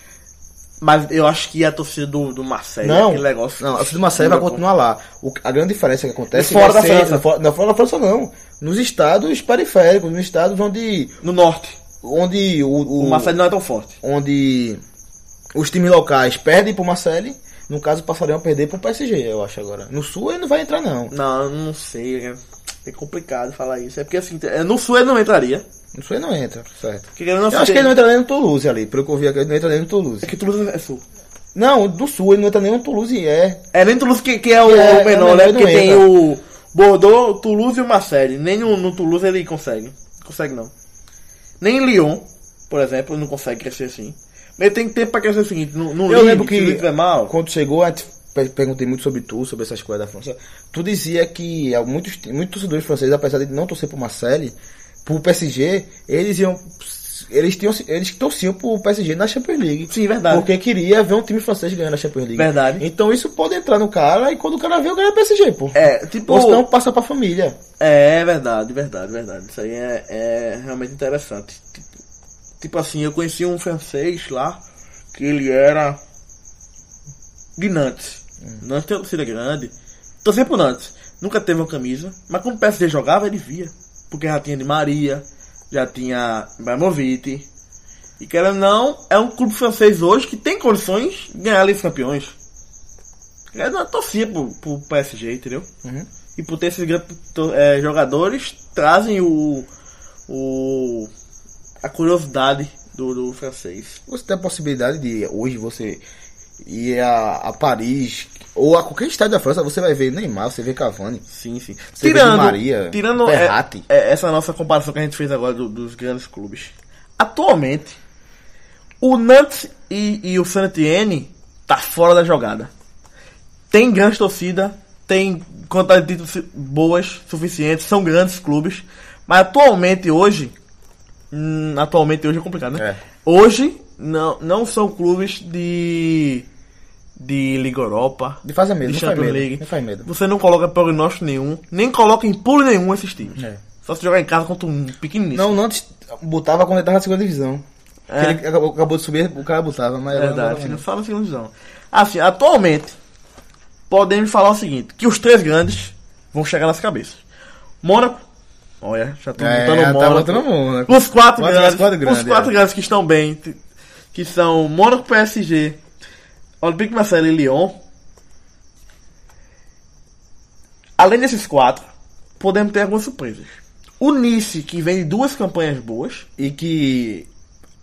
D: mas eu acho que a torcida do, do Marseille,
C: é
A: não,
D: aquele negócio.
A: não, a torcida do Marseille vai continuar lá. O- a grande diferença que acontece
C: E fora da França.
A: na fora, na fora da França não. Nos estados periféricos, nos estados onde
C: No norte,
A: onde o,
C: o
A: o-
C: Marcelo não é tão forte.
A: onde os times locais perdem pro Marseille, no caso passariam a perder pro PSG, eu acho agora. No Sul ele não vai entrar não.
C: Não, eu não sei. É é complicado falar isso. É porque assim, é, no sul ele não entraria.
A: No Sul ele não entra, certo?
C: Porque ele não
A: Eu acho que ele não entra nem no Toulouse ali, pelo que eu vi aqui, ele não entra nem no
C: É
A: Toulouse.
C: que Toulouse é sul.
A: Não, do Sul ele não entra nem no Toulouse, é.
C: É nem Toulouse que, que é o,
A: É,
C: o menor,
A: é,
C: né?
A: ele
C: Porque
A: não
C: tem
A: entra.
C: o Bordeaux, o Toulouse e o Marseille. Nem no, no Toulouse ele consegue. Consegue não. Nem em Lyon, por exemplo, não consegue crescer assim. Mas ele tem tempo pra crescer o seguinte. No, no
A: Eu
C: Lille,
A: lembro que-
C: o Lille vai mal.
A: Quando chegou, eu te per- perguntei muito sobre tu, sobre essas coisas da França. Tu dizia que há muitos, muitos torcedores franceses, apesar de não torcer pro Marseille, pro PSG, eles iam eles tinham eles torciam pro PSG na Champions League.
C: Sim, verdade.
A: Porque queria ver um time francês ganhando a Champions League.
C: Verdade.
A: Então isso pode entrar no cara e quando o cara vê, o cara é PSG, pô.
C: É, tipo.
A: Ou senão passa pra família.
C: É verdade, verdade, verdade. Isso aí é, é realmente interessante. Tipo, tipo assim, eu conheci um francês lá, que ele era de Nantes. Nantes é uma torcida grande. Torcia pro Nantes. Nunca teve uma camisa, mas quando o PSG jogava, ele via. Porque já tinha de Maria, já tinha Ibrahimovic. E querendo ou não, é um clube francês hoje que tem condições de ganhar a Liga dos Campeões. Ele torcia pro, pro PSG, entendeu? né? E por ter esses grandes to- eh, jogadores, trazem o, o a curiosidade do, do francês.
A: Você tem a possibilidade de hoje você ir a, a Paris ou a qualquer estádio da França, você vai ver Neymar, você vê Cavani.
C: Sim, sim.
A: Você vê
C: tirando
A: Di Maria,
C: tirando eh,
A: Verratti.
C: eh, essa nossa comparação que a gente fez agora do- dos grandes clubes. Atualmente, o Nantes e, e o saint Etienne tá fora da jogada. Tem grandes torcida, tem quantidade de títulos boas, suficientes, são grandes clubes, mas atualmente hoje, hum, atualmente hoje é complicado, né?
A: É.
C: Hoje não, não são clubes de de Liga Europa,
A: De fase mesmo,
C: de
A: não faz
C: Champions
A: medo,
C: League.
A: não faz medo.
C: Você não coloca prognóstico nenhum, nem coloca em pulo nenhum esses times.
A: É.
C: Só se jogar em casa contra um pequenininho.
A: Não, não antes botava quando ele tava na segunda divisão.
C: É.
A: Que Ele acabou, acabou de subir, o cara botava, mas
C: É
A: agora
C: verdade,
A: não,
C: não fala segunda divisão. Assim, atualmente, podemos falar o seguinte, que os três grandes vão chegar nas cabeças. Mônaco, olha, já estão
A: É,
C: montando
A: tá
C: o Mônaco.
A: botando o Mônaco.
C: Os
A: Quatro-
C: quatro, grandes,
A: os quatro grandes,
C: os quatro
A: é.
C: grandes que estão bem, t- que são Mônaco, PSG, Olympique Marseille e Lyon. Além desses quatro, podemos ter algumas surpresas. O Nice, que vem de duas campanhas boas,
A: E que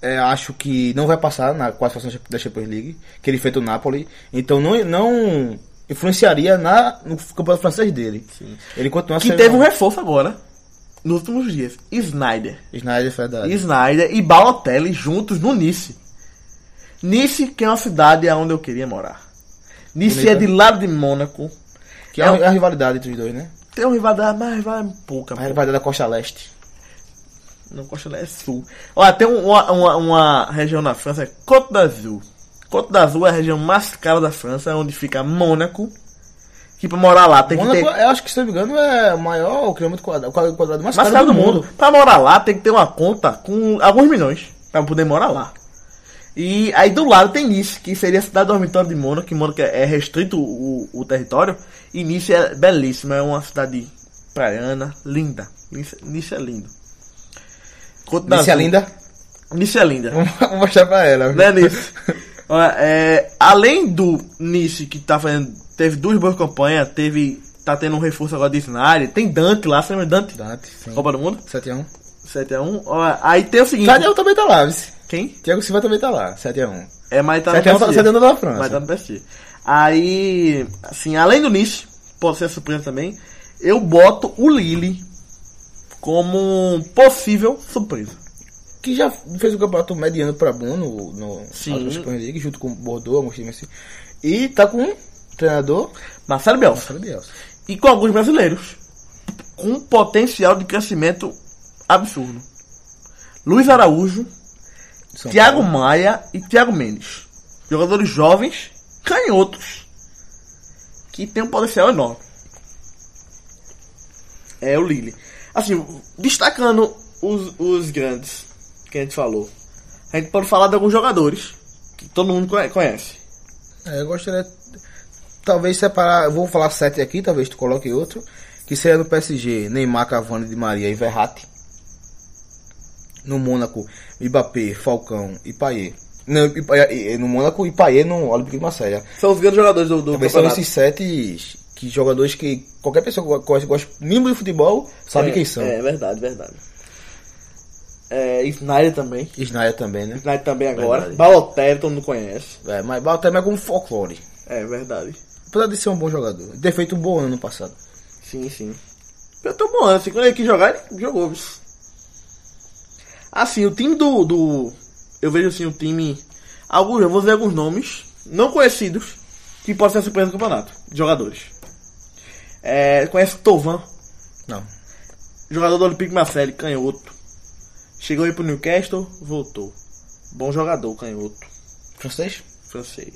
A: é, acho que não vai passar na classificação da Champions League, que ele fez o Napoli. Então não, não influenciaria na, no campeonato francês dele. Ele continua
C: que
A: sendo
C: teve um reforço agora, nos últimos dias. Snyder.
A: Snyder, verdade.
C: Snyder e Balotelli juntos no Nice. Nice, que é uma cidade onde eu queria morar. Nice
A: Bonita.
C: é de lado de Mônaco.
A: que é,
C: é
A: a-
C: um-
A: é a rivalidade entre os dois, né?
C: Tem uma rivalidade, mas vai pouca.
A: A
C: pô.
A: rivalidade da Costa Leste.
C: Não, Costa Leste é sul. Olha, tem um- uma, uma, uma região na França, é Côte d'Azur. Côte d'Azur é a região mais cara da França, é onde fica Mônaco. Que pra morar lá tem que
A: Mônaco,
C: ter...
A: é- eu acho que, se não me engano, é o maior quilômetro quadrado, quadrado mais,
C: mais
A: caro do mundo.
C: Pra morar lá tem que ter uma conta com alguns milhões pra poder morar lá. E aí do lado tem Nice, que seria a cidade dormitório de Mônaco, que Mônaco é restrito o, o território. E Nice é belíssima, é uma cidade praiana, linda. Nice, Nice é lindo. Côte
A: Nice é
C: d'Azur.
A: linda. é
C: Nice é linda.
A: Vou mostrar pra ela.
C: Né, Nice? Olha, é, além do Nice que tá fazendo. Teve duas boas campanhas, teve. tá tendo um reforço agora de Snyder, tem Dante lá, você lembra de Dante?
A: Dante, sim.
C: Copa do Mundo?
A: 7x1.
C: 7x1. Ó, Aí tem o seguinte.
A: 7x1 também tá lá, vice.
C: Quem?
A: Thiago Silva também tá lá, 7x1.
C: É, mas tá
A: 7x1 tá 7 da França.
C: Mas tá no PSG. Aí, assim, além do Nice, pode ser surpresa também, eu boto o Lille como um possível surpresa.
A: que já fez um campeonato mediano pra bom no, no
C: Sim.
A: na Champions League, junto com o Bordeaux, alguns times assim. E tá com um treinador,
C: Marcelo Bielsa.
A: Marcelo Bielsa.
C: E com alguns brasileiros. Com um potencial de crescimento absurdo. Luiz Araújo,
A: São
D: Thiago Maia e Thiago Mendes. Jogadores jovens, canhotos, que tem um potencial enorme.
C: É o Lille. Assim, destacando os, os grandes que a gente falou. A gente pode falar de alguns jogadores que todo mundo conhe- conhece.
A: É, eu gostaria. Talvez separar. Eu vou falar sete aqui, talvez tu coloque outro. Que seria no PSG, Neymar, Cavani, Di Maria e Verratti. No Mônaco, Mbappé, Falcão e Payet. Não, e Payet- e- e no Mônaco e Payet no Olympique de Marseille.
C: São os grandes jogadores do, do
A: Talvez são
C: campeonato.
A: esses sete que jogadores que qualquer pessoa que gosta, gosta mínimo de futebol sabe
C: É,
A: quem são.
C: É, verdade, verdade. É, Snyder também.
A: E Schneider também, né?
C: Snyder também agora.
A: Verdade.
C: Balotelli, todo mundo conhece.
A: É, mas Baltimore é como folclore.
C: É verdade.
A: Apesar de ser um bom jogador. Ter feito um bom ano no passado.
C: Sim, sim. Eu tô bom, assim, quando ele quis jogar, ele jogou. viu? Assim, o time do, do. Eu vejo assim, o time. Alguns, eu vou dizer alguns nomes não conhecidos que podem ser a surpresa do campeonato. De jogadores. É, conhece Tovan,
A: Não.
C: jogador do Olympique Marseille, canhoto. Chegou aí pro Newcastle, voltou. Bom jogador, canhoto
A: Francês?
C: francês.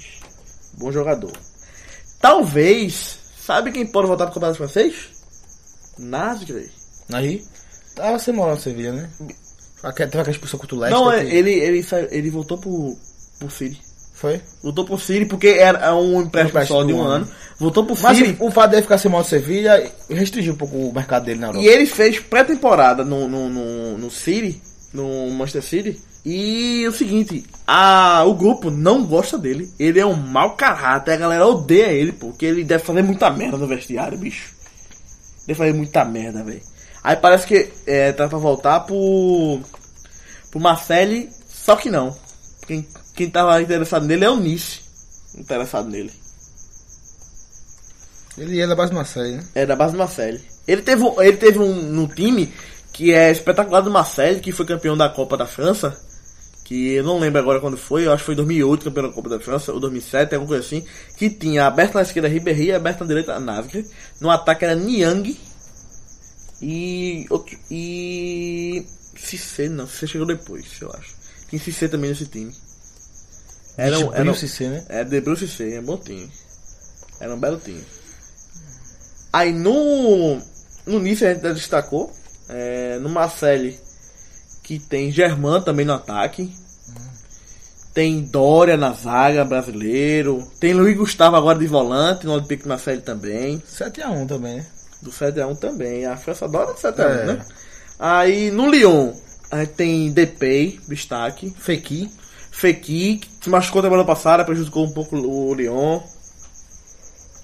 C: Bom jogador. Talvez. Sabe quem pode voltar pro campeonato francês? Nasri.
A: Aí? Tava sem moral no Sevilha, né? Aquela, teve aquela expulsão contra o Leicester.
C: Não, é-
A: que-
C: ele, ele, saiu- ele voltou pro, pro City.
A: Foi?
C: Voltou pro City porque era um empréstimo
A: empréstimo
C: só de um
A: do ano.
C: ano. Voltou pro
A: Mas assim,
C: City.
A: o fato dele ficar sem moral no Sevilha restringiu um pouco o mercado dele na Europa.
C: E ele fez pré-temporada no, no, no, no City, no Manchester City. E o seguinte, a, o grupo não gosta dele. Ele é um mau caráter, a galera odeia ele, porque ele deve fazer muita merda no vestiário, bicho. Deve fazer muita merda, velho. Aí parece que é, tá pra voltar pro. pro Marcelli, só que não. Quem, quem tava interessado nele é o Nice. Interessado nele.
A: Ele ia da base do Marseille, né?
C: É, da base do Marseille. Ele teve, um- ele teve um, num time que é espetacular do Marseille, que foi campeão da Copa da França. Que eu não lembro agora quando foi, eu acho que foi 2008 campeão da Copa da França, ou 2007, alguma coisa assim. Que tinha aberto na esquerda Ribéry, aberto na direita Nasri. No ataque era Niang. E. Outro, e. Cissé, não, Cissé chegou depois, eu acho. Tinha Cissé também nesse time. Era, um- era, um-
A: CC, né?
C: é, De Bruce Sei, é um bom time. Era um belo time. Aí no. No início a gente já destacou. é, no Marcelli, que tem Germán também no ataque. Tem Dória na zaga, brasileiro. Tem Luiz Gustavo agora de volante no Olympique Marseille também.
A: 7x1 também, né?
C: Do 7x1 também. A França adora 7x1,
A: É.
C: né? Aí no Lyon, a gente tem Depay, destaque.
A: Feki.
C: Fekir, que se machucou semana passada, prejudicou um pouco o Lyon.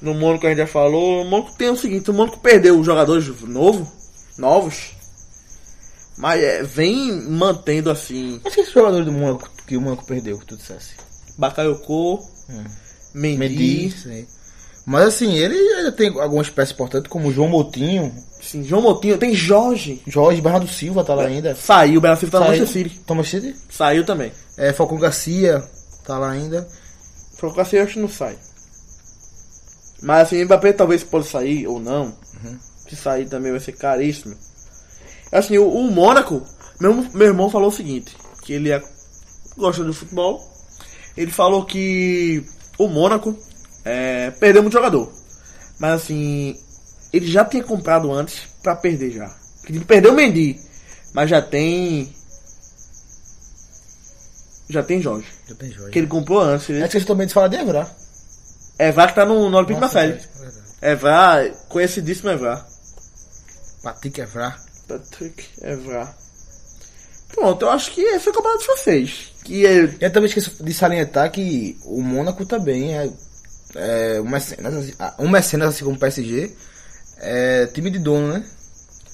C: No Mônaco a gente já falou. O Mônaco tem o seguinte, o Mônaco perdeu os jogadores novo, novos. Mas é, vem mantendo assim.
A: Mas que esse jogador do Mônaco que o Mônaco perdeu, que tu dissesse?
C: Bakayoko, Mendy.
A: É. Mendy, sei. Mas assim, ele ainda tem algumas peças importantes, como João Moutinho,
C: Sim, assim, João Motinho, tem Jorge.
A: Jorge Bernardo Silva tá lá ainda.
C: Saiu, o Brasil tá no
A: Saiu-
C: Manchester City.
A: Thomas City?
C: Saiu também.
A: É, Falcão Garcia tá lá ainda.
C: Falcão assim, eu acho que não sai. Mas assim, Mbappé talvez pode sair ou não. Se sair também vai ser caríssimo. Assim, o, o Mônaco, meu, meu irmão falou o seguinte, que ele é- gosta do futebol. Ele falou que o Mônaco é, perdeu muito jogador. Mas assim, ele já tinha comprado antes pra perder já. Ele perdeu o Mendy, mas já tem... Já tem Jorge.
A: Já tem Jorge.
C: Que ele comprou antes. ele-
A: É que vocês também de falar de Evra.
C: é vá que tá no, no Olympique
A: Nossa,
C: Marseille.
A: é verdade.
C: É vá, conhecidíssimo Evra.
A: Patrick Evra.
C: Patrick Evra. Pronto, eu acho que esse foi o campeonato francês. Que é,
A: Eu também esqueci de salientar que o Mônaco também é, é um, mecenas, assim- ah, um mecenas, assim como o PSG, é time de dono, né?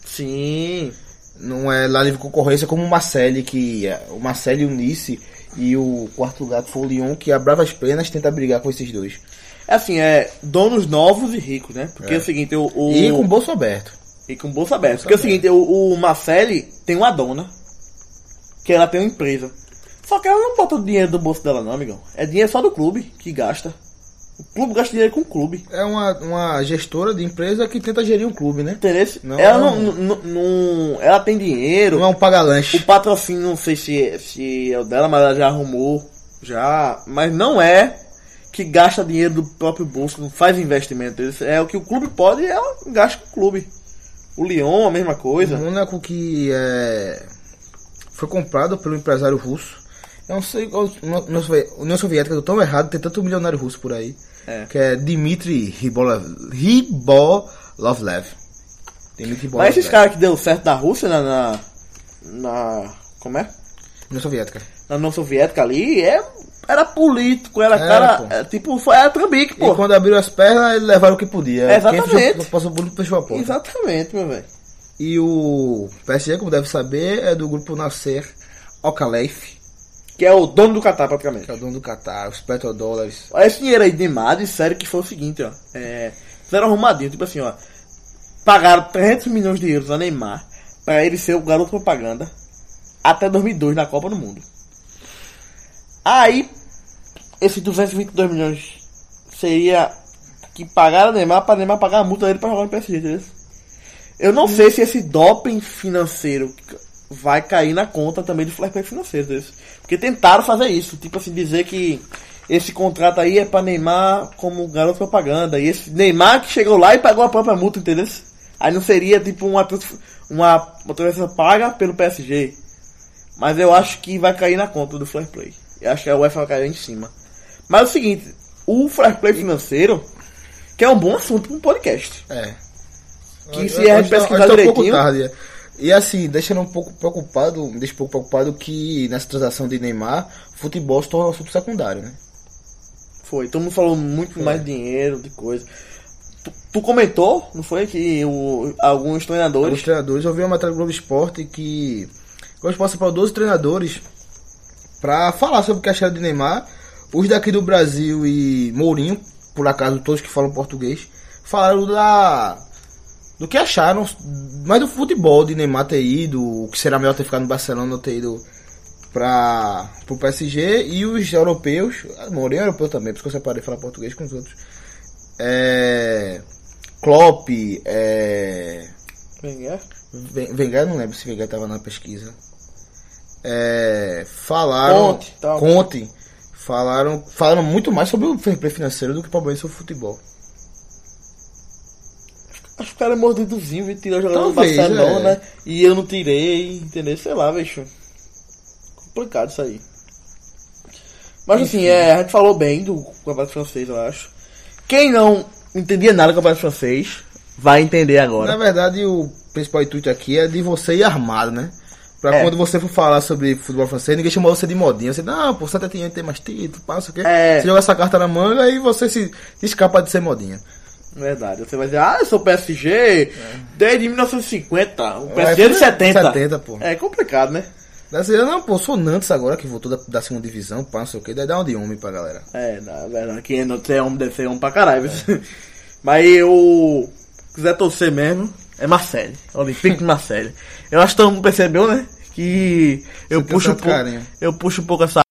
C: sim,
A: Não é lá livre concorrência como o Marseille, que é, o Marseille e o Nice e o quarto lugar que foi o Lyon, que a Bravas Penas tenta brigar com esses dois.
C: é assim, é donos novos e ricos, né? Porque é, o seguinte, o, o
A: E com o bolso aberto.
C: e com bolsa aberta. Porque é o seguinte, o, o Marcelli tem uma dona que ela tem uma empresa. Só que ela não bota o dinheiro do bolso dela não, amigão. É dinheiro só do clube que gasta. O clube gasta dinheiro com o clube.
A: É uma, uma gestora de empresa que tenta gerir um clube, né?
C: Interesse?
A: Não,
C: ela
A: não.
C: não, não, não- Ela tem dinheiro.
A: Não é um paga-lanche.
C: O patrocínio, não sei se, se é o dela, mas ela já arrumou. Já. Mas não é que gasta dinheiro do próprio bolso, não faz investimento. Isso É o que o clube pode, ela gasta com o clube. O Lyon, a mesma
A: O
C: coisa.
A: Mônaco que é, foi comprado pelo empresário russo. Eu não sei, qual- União Sovi- União Soviética deu tão errado, tem tanto milionário russo por aí.
C: É.
A: Que é Dmitry Ribolov, Ribolovlev. Dmitry Ribolovlev.
C: Mas esses caras que deu certo da Rússia na. na, na- como é?
A: União Soviética.
C: Na União Soviética ali, é, era político, era,
A: Era,
C: cara.
A: pô.
C: é, tipo, foi, era Trambique, pô.
A: E quando abriram as pernas, eles levaram o que podia.
C: Exatamente.
A: Quem fechou, passou o público fechou a porta.
C: Exatamente, meu velho.
A: E o PSG, como deve saber, é do grupo Nasser Okaleif,
C: Que é o dono do Catar,
A: que
C: praticamente.
A: é o dono do Qatar, os petrodólares.
C: Olha esse dinheiro aí de Mad, sério que foi o seguinte, ó. É, fizeram arrumadinho, tipo assim, ó. Pagaram 300 milhões de euros a Neymar pra ele ser o garoto propaganda até 2002 na Copa do Mundo. Aí, esses 222 milhões seria que pagaram a Neymar pra Neymar pagar a multa dele pra jogar no PSG, entendeu? Eu não sei se esse doping financeiro vai cair na conta também do flashback financeiro. desse. Porque tentaram fazer isso. Tipo assim, dizer que esse contrato aí é pra Neymar como garoto propaganda. E esse Neymar que chegou lá e pagou a própria multa, entendeu? Aí não seria tipo uma, trans- uma, uma transferência paga pelo PSG. Mas eu acho que vai cair na conta do Flash Play. Eu acho que a UEFA vai cair em cima. Mas é o seguinte, o Flash Play financeiro, que é um bom assunto para um podcast.
A: É.
C: Que se é
A: Hoje tá- hoje
C: pesquisar
A: tá um pouco
C: direitinho.
A: tarde, é. E assim, deixando um pouco preocupado, me deixa um pouco preocupado que nessa transação de Neymar, futebol se torna um assunto secundário, né?
C: Foi, todo mundo falou muito mais de dinheiro, de coisa. Tu, tu comentou, não foi? Que o- alguns
A: Os
C: treinadores.
A: treinadores, eu vi uma matéria do Globo Esporte que o Globo Esporte separou 12 treinadores pra falar sobre o que acharam de Neymar. Os daqui do Brasil e Mourinho, por acaso todos que falam português, falaram da do que acharam, mas do futebol de Neymar ter ido, o que será melhor ter ficado no Barcelona ou ter ido para o PSG e os europeus, Mourinho é europeu também, por isso que eu separei falar português com os outros. É, Klopp, é,
C: Quem é?
A: Ven- Wenger, não lembro se Wenger tava na pesquisa. É, falaram.
C: Conte, tá. tal.
A: Conte. Falaram, falaram muito mais sobre o fair play financeiro do que provavelmente sobre o futebol.
C: Acho que o cara é mordidozinho, viu? Tirou jogando no
A: Talvez,
C: Barcelona.
A: é.
C: E eu não tirei, entendeu? Sei lá, bicho. Complicado isso aí. Mas assim, é, a gente falou bem do campeonato francês, eu acho. Quem não entendia nada do campeonato francês, vai entender
A: Na
C: agora.
A: verdade, o principal intuito aqui é de você ir armado, né? Pra
C: É.
A: quando você for falar sobre futebol francês, ninguém chamou você de modinha. Você, não, pô, Santa Tinha tem mais título, passa o quê?
C: É.
A: Você joga essa carta na manga e você se escapa de ser modinha.
C: É Verdade. Você vai dizer, ah, eu sou PSG desde 1950. O PSG
A: É,
C: é de 70.
A: 70, pô.
C: É complicado, né?
A: Daí você, não, pô, sou Nantes agora que voltou da, da segunda divisão, pá, não sei o quê. Daí dá um de homem pra galera.
C: É, na verdade, quem é nosso é homem deve ser homem pra caralho. viu? Mas eu quiser torcer mesmo, é Marseille. Olympique de Marseille. Eu acho que todo mundo percebeu, né? Que eu
A: Você tem
C: puxo, um
A: tanto
C: pouco,
A: carinho.
C: eu puxo um pouco essa